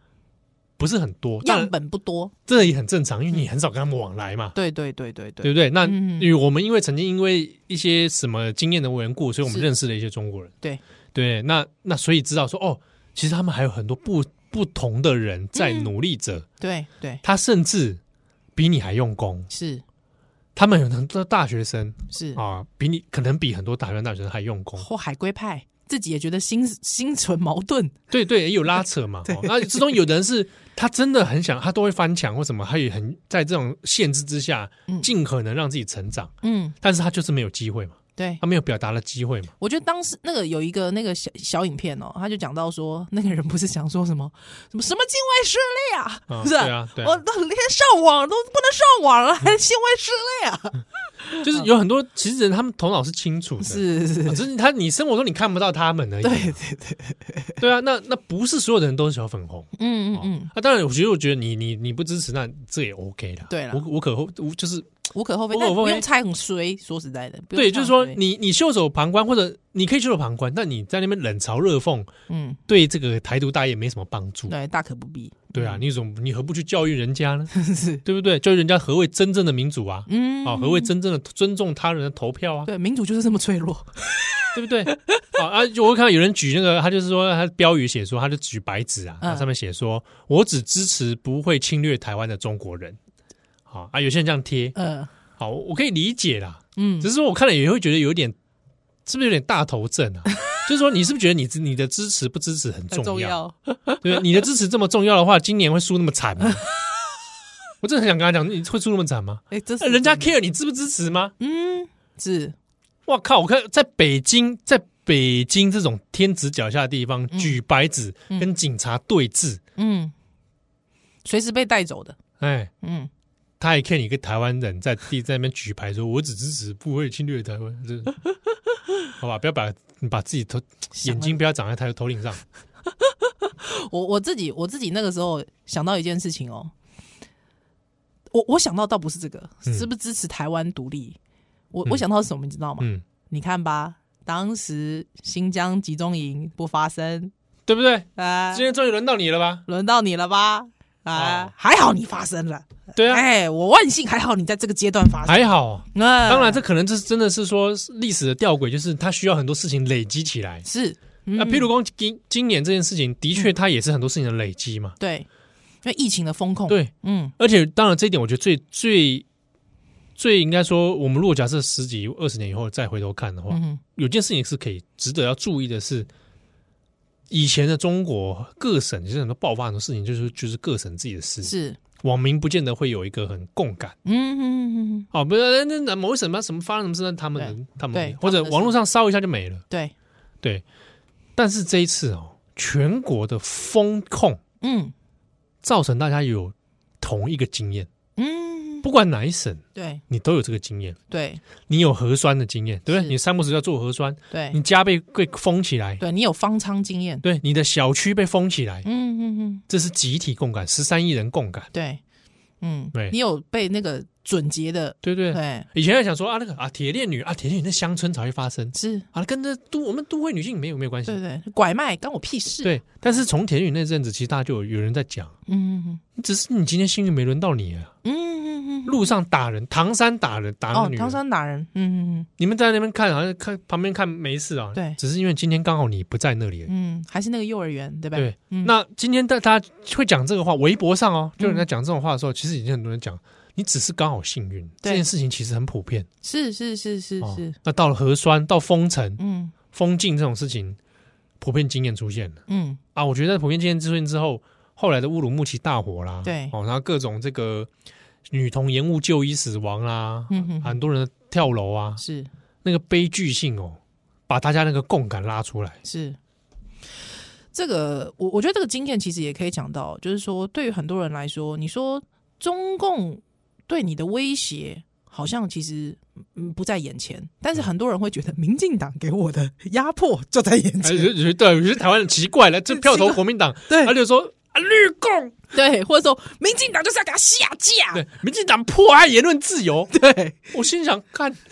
Speaker 2: 不是很多，当然
Speaker 3: 样本不多，
Speaker 2: 这也很正常，因为你很少跟他们往来嘛，
Speaker 3: 对对对对
Speaker 2: 对
Speaker 3: 对
Speaker 2: 不对？那
Speaker 3: 嗯
Speaker 2: 因为我们因为曾经因为一些什么经验的缘故，所以我们
Speaker 3: 是
Speaker 2: 认识了一些中国人，
Speaker 3: 对
Speaker 2: 对，那那所以知道说哦，其实他们还有很多不不同的人在
Speaker 3: 嗯
Speaker 2: 努力着，
Speaker 3: 对对，
Speaker 2: 他甚至比你还用功，
Speaker 3: 是
Speaker 2: 他们有很多大学生
Speaker 3: 是，
Speaker 2: 啊，比你可能比很多大学大学生还用 功，
Speaker 3: 或海归派自己也觉得心心存矛盾，
Speaker 2: 对对，也有拉扯嘛。哦那之中有的人是他真的很想，他都会翻墙或什么，他也很在这种限制之下，
Speaker 3: 嗯
Speaker 2: 尽可能让自己成长，
Speaker 3: 嗯，
Speaker 2: 但是他就是没有机会嘛，
Speaker 3: 对
Speaker 2: 他没有表达的机会嘛。
Speaker 3: 我觉得当时那个有一个那个小小影片哦，他就讲到说，那个人不是想说什么什么什么境外势力啊，
Speaker 2: 啊
Speaker 3: 是不是
Speaker 2: 对啊对嗯啊
Speaker 3: 我都连上网都不能上网了，还境外势力啊，
Speaker 2: 就是有很多其实人他们头脑是清楚的，
Speaker 3: 是是
Speaker 2: 啊
Speaker 3: 是，
Speaker 2: 只是他你生活中你看不到他们而已。
Speaker 3: 对对对，
Speaker 2: 对啊，那那不是所有的人都是小粉红。
Speaker 3: 嗯嗯嗯，
Speaker 2: 啊，当然，我觉得，我觉得你你你不支持，那这也 OK 的。
Speaker 3: 对啦
Speaker 2: 无无可厚，无就是
Speaker 3: 无可厚非，
Speaker 2: 无可
Speaker 3: 但
Speaker 2: 厚非
Speaker 3: 不用猜很衰，说实在的，不用
Speaker 2: 对，
Speaker 3: 猜
Speaker 2: 就是说
Speaker 3: 很衰，
Speaker 2: 你你袖手旁观，或者你可以袖手旁观，但你在那边冷嘲热讽，
Speaker 3: 嗯，
Speaker 2: 对这个台独大业没什么帮助。
Speaker 3: 对，大可不必，
Speaker 2: 对啊，你怎么你何不去教育人家呢？
Speaker 3: 是，
Speaker 2: 对不对？教育人家何谓真正的民主啊？
Speaker 3: 嗯，
Speaker 2: 啊，何谓真正的尊重他人的投票啊？
Speaker 3: 对，民主就是这么脆弱，
Speaker 2: 对不对？啊啊！就我看到有人举那个，他就是说他标语写说，他就举白纸啊，
Speaker 3: 嗯
Speaker 2: 他上面写说我只支持不会侵略台湾的中国人。好啊，有些人这样贴，
Speaker 3: 呃，
Speaker 2: 好，我我可以理解啦。
Speaker 3: 嗯
Speaker 2: 只，是我看了也会觉得有点，是不是有点大头症 啊？就是说，你是不是觉得你你的支持不支持很
Speaker 3: 很
Speaker 2: 重
Speaker 3: 重
Speaker 2: 要？
Speaker 3: 要，
Speaker 2: 对吧，你的支持这么重要的话，今年会输那么惨 吗？我真的很想跟他讲，你会输那么惨吗？
Speaker 3: 哎，这是
Speaker 2: 哎人家
Speaker 3: 真
Speaker 2: care
Speaker 3: 的
Speaker 2: 你支不支持吗？
Speaker 3: 嗯是，
Speaker 2: 哇靠！我看在北京，在北京这种天子脚下的地方，举白纸
Speaker 3: 嗯
Speaker 2: 跟警察对峙，
Speaker 3: 嗯，随时被带走的，
Speaker 2: 哎，
Speaker 3: 嗯，
Speaker 2: 他也看你一个台湾人在地在那边举牌说，我只支持不会侵略台湾，这好吧，不要把你把自己头
Speaker 3: 想
Speaker 2: 眼睛不要长在他的头顶上。
Speaker 3: 我我自己我自己那个时候想到一件事情哦，我我想到倒不是这个，
Speaker 2: 嗯
Speaker 3: 是不是支持台湾独立？我
Speaker 2: 嗯
Speaker 3: 我想到是什么，你知道吗？
Speaker 2: 嗯，
Speaker 3: 你看吧，当时新疆集中营不发生，
Speaker 2: 对不对？
Speaker 3: 啊、
Speaker 2: 今天终于轮到你了吧？
Speaker 3: 轮到你了吧？啊、
Speaker 2: 哦
Speaker 3: 还好你发生了，
Speaker 2: 对啊，
Speaker 3: 哎、我万幸还好你在这个阶段发嗯生。
Speaker 2: 还好。
Speaker 3: 那
Speaker 2: 当然，这可能这是真的是说历史的吊诡，就是它需要很多事情累积起来。
Speaker 3: 是嗯
Speaker 2: 那啊譬如说今今年这件事情，的确它也是很多事情的累积嘛。
Speaker 3: 对，因为疫情的风控，，
Speaker 2: 对，
Speaker 3: 嗯
Speaker 2: 而且当然这一点，我觉得最最最应该说，我们如果假设十几二十年以后再回头看的话，
Speaker 3: 嗯哼
Speaker 2: 有件事情是可以值得要注意的是，以前的中国各省其实很多爆发很多事情，就是就是各省自己的事，
Speaker 3: 是，
Speaker 2: 网民不见得会有一个很共感。
Speaker 3: 嗯哼哼哼，
Speaker 2: 哦，不是那那某一省吧，什么发生什么事，那他们能他们
Speaker 3: 对
Speaker 2: 能或者
Speaker 3: 他们的事
Speaker 2: 网络上烧一下就没了。
Speaker 3: 对，
Speaker 2: 对，但是这一次哦，全国的风控
Speaker 3: 嗯
Speaker 2: 造成大家有同一个经验，
Speaker 3: 嗯，
Speaker 2: 不管哪一省，
Speaker 3: 对
Speaker 2: 你都有这个经验。
Speaker 3: 对
Speaker 2: 你有核酸的经验，对不
Speaker 3: 是
Speaker 2: 对？你三不时要做核酸，
Speaker 3: 对
Speaker 2: 你家被被封起来，
Speaker 3: 对，你有方舱经验，
Speaker 2: 对，你的小区被封起来，
Speaker 3: 嗯嗯嗯，
Speaker 2: 这是集体共感，十三亿人共感，
Speaker 3: 对，嗯，
Speaker 2: 对
Speaker 3: 你有被那个准结的，
Speaker 2: 对不对？
Speaker 3: 对，
Speaker 2: 以前还想说啊，那个啊，铁链女啊，铁链女那乡村才会发生
Speaker 3: 是，
Speaker 2: 啊，跟这都我们都会女性没有没有关系
Speaker 3: 对，对，拐卖干我屁事，，
Speaker 2: 对。但是从铁链女那阵子，其实大家就有有人在讲，
Speaker 3: 嗯嗯
Speaker 2: 只是你今天幸运没轮到你啊，
Speaker 3: 嗯嗯嗯，
Speaker 2: 路上打人，唐山打人，打那
Speaker 3: 哦
Speaker 2: 个，女
Speaker 3: 唐
Speaker 2: 人，
Speaker 3: 山打人，嗯嗯
Speaker 2: 你们在那边看，好像看旁边看没事啊，
Speaker 3: 对
Speaker 2: 只是因为今天刚好你不在那里而已。
Speaker 3: 嗯，还是那个幼儿园，对吧？
Speaker 2: 对，
Speaker 3: 嗯
Speaker 2: 那今天大大家会讲这个话，微博上哦，就有人在讲这种话的时候，其实已经很多人讲，你只是刚好幸运，
Speaker 3: 对
Speaker 2: 这件事情其实很普遍。
Speaker 3: 是是是是
Speaker 2: 哦
Speaker 3: 是，
Speaker 2: 那到了核酸、到封城、
Speaker 3: 嗯
Speaker 2: 封禁这种事情，普遍经验出现了
Speaker 3: 嗯，
Speaker 2: 啊。我觉得普遍经验出现之后，后来的乌鲁木齐大火啦，
Speaker 3: 对
Speaker 2: 哦，然后各种这个女童延误就医死亡啦，
Speaker 3: 嗯哼哼
Speaker 2: 很多人跳楼啊，
Speaker 3: 是
Speaker 2: 那个悲剧性哦，把大家那个共感拉出来。
Speaker 3: 是。这个，我我觉得这个经验其实也可以讲到，就是说，对于很多人来说，你说中共对你的威胁，好像其实嗯不在眼前，但是很多人会觉得，民进党给我的压迫就在 眼
Speaker 2: 哎，
Speaker 3: 前，
Speaker 2: 有有对，有些台湾人奇怪了，这票投国民党，
Speaker 3: 对
Speaker 2: 他就说啊绿共，
Speaker 3: 对，或者说民进党就是要给他下架，
Speaker 2: 对，民进党破坏言论自由。
Speaker 3: 啊对，
Speaker 2: 我心想，看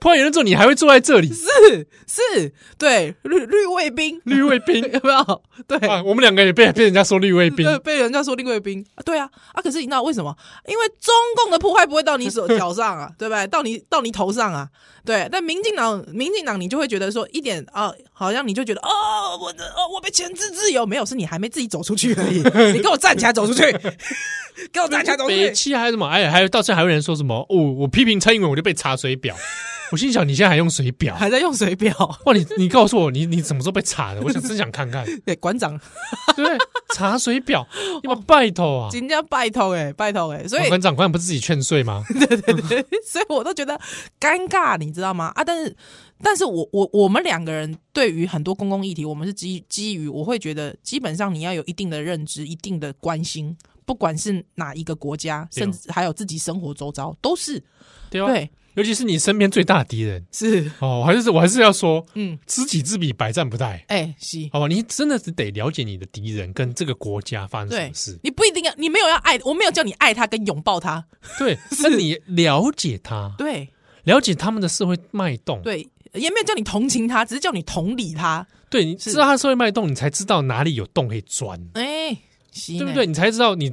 Speaker 2: 破坏言论自由，你还会坐在这里？
Speaker 3: 是是，对，绿绿卫兵
Speaker 2: 绿卫兵
Speaker 3: 有没有？ 对，
Speaker 2: 啊，我们两个也被被人家说绿卫兵，
Speaker 3: 对，被人家说另卫兵，啊对啊，啊，可是你知道为什么？因为中共的破坏不会到你手脚上啊，对不对？到你到你头上啊，对。但民进党，民进党，你就会觉得说一点啊，好像你就觉得哦，我的哦，我被钳制自由，没有，是你还没自己走出去而已。你给我站起来走出去， 给我站起来走 出
Speaker 2: 北
Speaker 3: 去。
Speaker 2: 七还有什么？哎，还有到现在还有人说什么？哦，我批评蔡英文，我就被查水表。我心想，你现在还用水 表？
Speaker 3: 还在用水表，
Speaker 2: 哇，你你告诉我，你你什么时候被查的？我想真想看看，
Speaker 3: 对欸馆长，
Speaker 2: 对不对？查水 表，你把拜托啊！
Speaker 3: 人家拜托哎、拜托哎、所以
Speaker 2: 跟长官不是自己劝税吗？
Speaker 3: 所以我都觉得尴尬，你知道吗？啊，但是，但是我我我们两个人对于很多公共议题，我们是基基于我会觉得，基本上你要有一定的认知，一定的关心，不管是哪一个国家，
Speaker 2: 对哦
Speaker 3: 甚至还有自己生活周遭，都是
Speaker 2: 对吧？哦啊
Speaker 3: 对，
Speaker 2: 尤其是你身边最大的敌人
Speaker 3: 是，
Speaker 2: 哦，我还是我还是要说，
Speaker 3: 嗯，
Speaker 2: 知己知彼，百战不殆。
Speaker 3: 哎、是。
Speaker 2: 好吧，你真的是得了解你的敌人跟这个国家发生什
Speaker 3: 对
Speaker 2: 么事，。
Speaker 3: 你不一定要，你没有要爱，我没有叫你爱他跟拥抱他。
Speaker 2: 对，那你了解他，
Speaker 3: 对
Speaker 2: 了解他们的社会脉动，
Speaker 3: 对，也没有叫你同情他，只是叫你同理他。
Speaker 2: 对，你知道他的社会脉动，你才知道哪里有洞可以钻，
Speaker 3: 哎、是
Speaker 2: 对不
Speaker 3: 呢
Speaker 2: 对？？你才知道你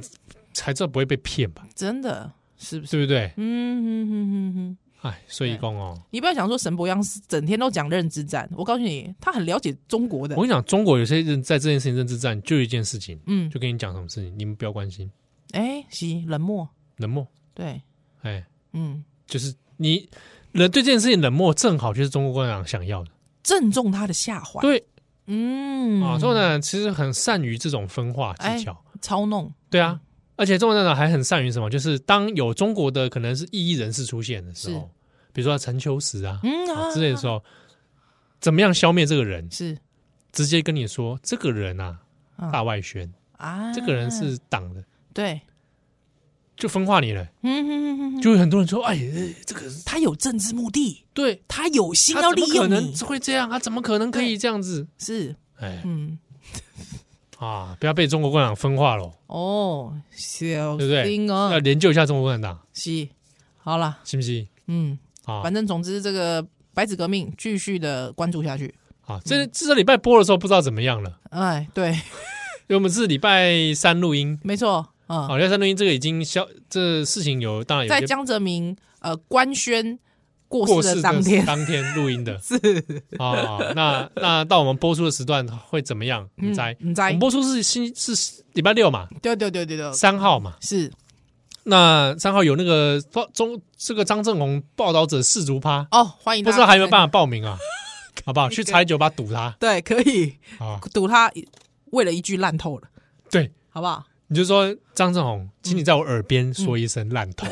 Speaker 2: 才知道不会被骗吧，
Speaker 3: 真的是不是？
Speaker 2: 对不对？
Speaker 3: 嗯哼哼哼哼。
Speaker 2: 哎，所以公哦，
Speaker 3: 你不要想说沈博洋是整天都讲认知战，我告诉你，他很了解中国的
Speaker 2: 我。跟你讲，中国有些人在这件事情认知战，就一件事情，
Speaker 3: 嗯，
Speaker 2: 就跟你讲什么事情，你们不要关心，
Speaker 3: 哎、是冷漠，
Speaker 2: 冷漠，
Speaker 3: 对，
Speaker 2: 哎，
Speaker 3: 嗯，
Speaker 2: 就是你人对这件事情冷漠，正好就是中国共产党想要的，
Speaker 3: 正中他的下怀。
Speaker 2: 对
Speaker 3: 嗯，
Speaker 2: 啊，中国共产党其实很善于这种分化
Speaker 3: 哎
Speaker 2: 技巧。
Speaker 3: 操弄，
Speaker 2: 对啊，而且中国政党还很善于什么？就是当有中国的可能是异议人士出现的时
Speaker 3: 是
Speaker 2: 候，比如说陈秋实啊,、
Speaker 3: 嗯
Speaker 2: 啊
Speaker 3: 啊，
Speaker 2: 之类的时候，怎么样消灭这个人？
Speaker 3: 是
Speaker 2: 直接跟你说，这个人啊，
Speaker 3: 嗯
Speaker 2: 大外宣，
Speaker 3: 啊，
Speaker 2: 这个人是党的，
Speaker 3: 对，
Speaker 2: 就分化你了，
Speaker 3: 嗯，
Speaker 2: 就有很多人说，哎，呃这个
Speaker 3: 他有政治目的，
Speaker 2: 对
Speaker 3: 他有心
Speaker 2: 他
Speaker 3: 要
Speaker 2: 怎
Speaker 3: 利
Speaker 2: 么可
Speaker 3: 用
Speaker 2: 能
Speaker 3: 你，
Speaker 2: 会这样？他怎么可能可以这样子？
Speaker 3: 是，
Speaker 2: 哎
Speaker 3: 嗯，
Speaker 2: 啊，不要被中国共产党分化了，
Speaker 3: 哦，小
Speaker 2: 对不对
Speaker 3: 心
Speaker 2: 要
Speaker 3: 哦，
Speaker 2: 研究一下中国共产党，
Speaker 3: 是，好了，
Speaker 2: 信不信？
Speaker 3: 嗯，
Speaker 2: 啊
Speaker 3: 反正总之这个白纸革命继续的关注下去，
Speaker 2: 啊，这这礼拜播的时候不知道怎么样了，
Speaker 3: 哎，对，
Speaker 2: 因为我们是礼拜三录音，
Speaker 3: 没错，啊，
Speaker 2: 好，礼拜三录音这个已经消，这事情有当然有
Speaker 3: 在
Speaker 2: 些
Speaker 3: 江泽民呃官宣过
Speaker 2: 过
Speaker 3: 世
Speaker 2: 世的
Speaker 3: 的当天，
Speaker 2: 当天录音 的是啊，那那到我们播出的时段会怎么样？你猜？
Speaker 3: 嗯你
Speaker 2: 我
Speaker 3: 在
Speaker 2: 们，播出是星是礼拜六嘛，
Speaker 3: 对对对对对，
Speaker 2: 三号嘛，
Speaker 3: 是
Speaker 2: 那三号有那个报中这个张正宏报道者氏族趴，
Speaker 3: 哦，欢迎
Speaker 2: 不
Speaker 3: 大
Speaker 2: 知
Speaker 3: 家，
Speaker 2: 道还有没有办法报名啊？好 不好？去茶酒吧堵他
Speaker 3: 对，可以
Speaker 2: 啊！
Speaker 3: 赌他为了一句烂透了，
Speaker 2: 对，
Speaker 3: 好不好？
Speaker 2: 你就说张正宏，请你在我耳边说一声烂头，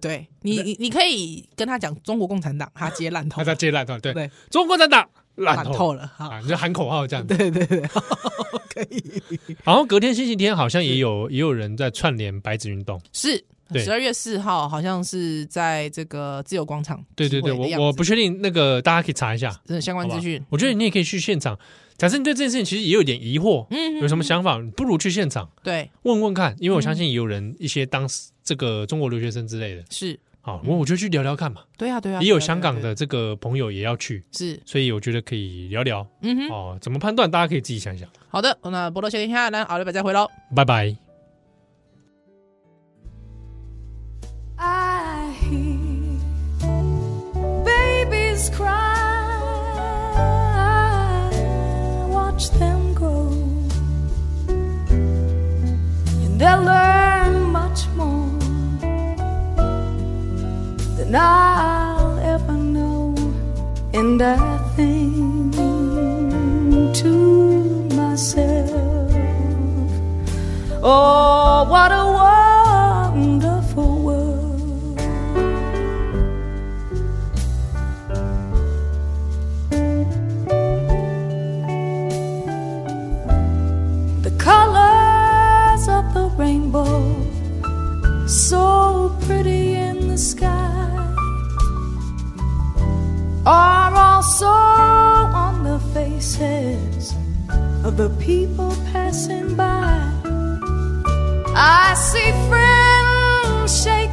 Speaker 3: 对你，你你可以跟他讲中国共产党，他接烂透
Speaker 2: 他，在接烂头，对，
Speaker 3: 对，
Speaker 2: 中国共产党烂
Speaker 3: 烂
Speaker 2: 头
Speaker 3: 透了，好，
Speaker 2: 啊！你就喊口号这样子。
Speaker 3: 对对 对，可以
Speaker 2: 然后隔天星期天好像也有也有人在串联白纸运动，
Speaker 3: 是。
Speaker 2: 对
Speaker 3: 十二月四号好像是在这个自由广场
Speaker 2: 对对
Speaker 3: 集
Speaker 2: 对，
Speaker 3: 会的样子，
Speaker 2: 我我不确定那个，大家可以查一下
Speaker 3: 呃相关
Speaker 2: 好不好
Speaker 3: 资讯，
Speaker 2: 我觉得你也可以去现场。假设你对这件事情其实也有点疑惑，
Speaker 3: 嗯，嗯
Speaker 2: 有什么想法，不如去现场
Speaker 3: 对
Speaker 2: 问问看，因为我相信也有人一些当时这个中国留学生之类的，
Speaker 3: 是，
Speaker 2: 好，我我就去聊聊看嘛。
Speaker 3: 对啊对啊，
Speaker 2: 也有
Speaker 3: 对啊
Speaker 2: 香港，
Speaker 3: 对啊
Speaker 2: 的这个朋友也要去，
Speaker 3: 对啊是，
Speaker 2: 所以我觉得可以聊聊
Speaker 3: 嗯哼，
Speaker 2: 哦，怎么判断，大家可以自己想想。
Speaker 3: 好的，那波多小天下，咱后礼拜再会喽。
Speaker 2: 拜拜。
Speaker 4: I hear babies cry. I watch them grow, and they'll learn much more than I'll ever know. And I think to myself. Oh, what a wonderful world. The colors of the rainbow, so pretty in the sky, are also on the faces of the people passing by. I see friends shake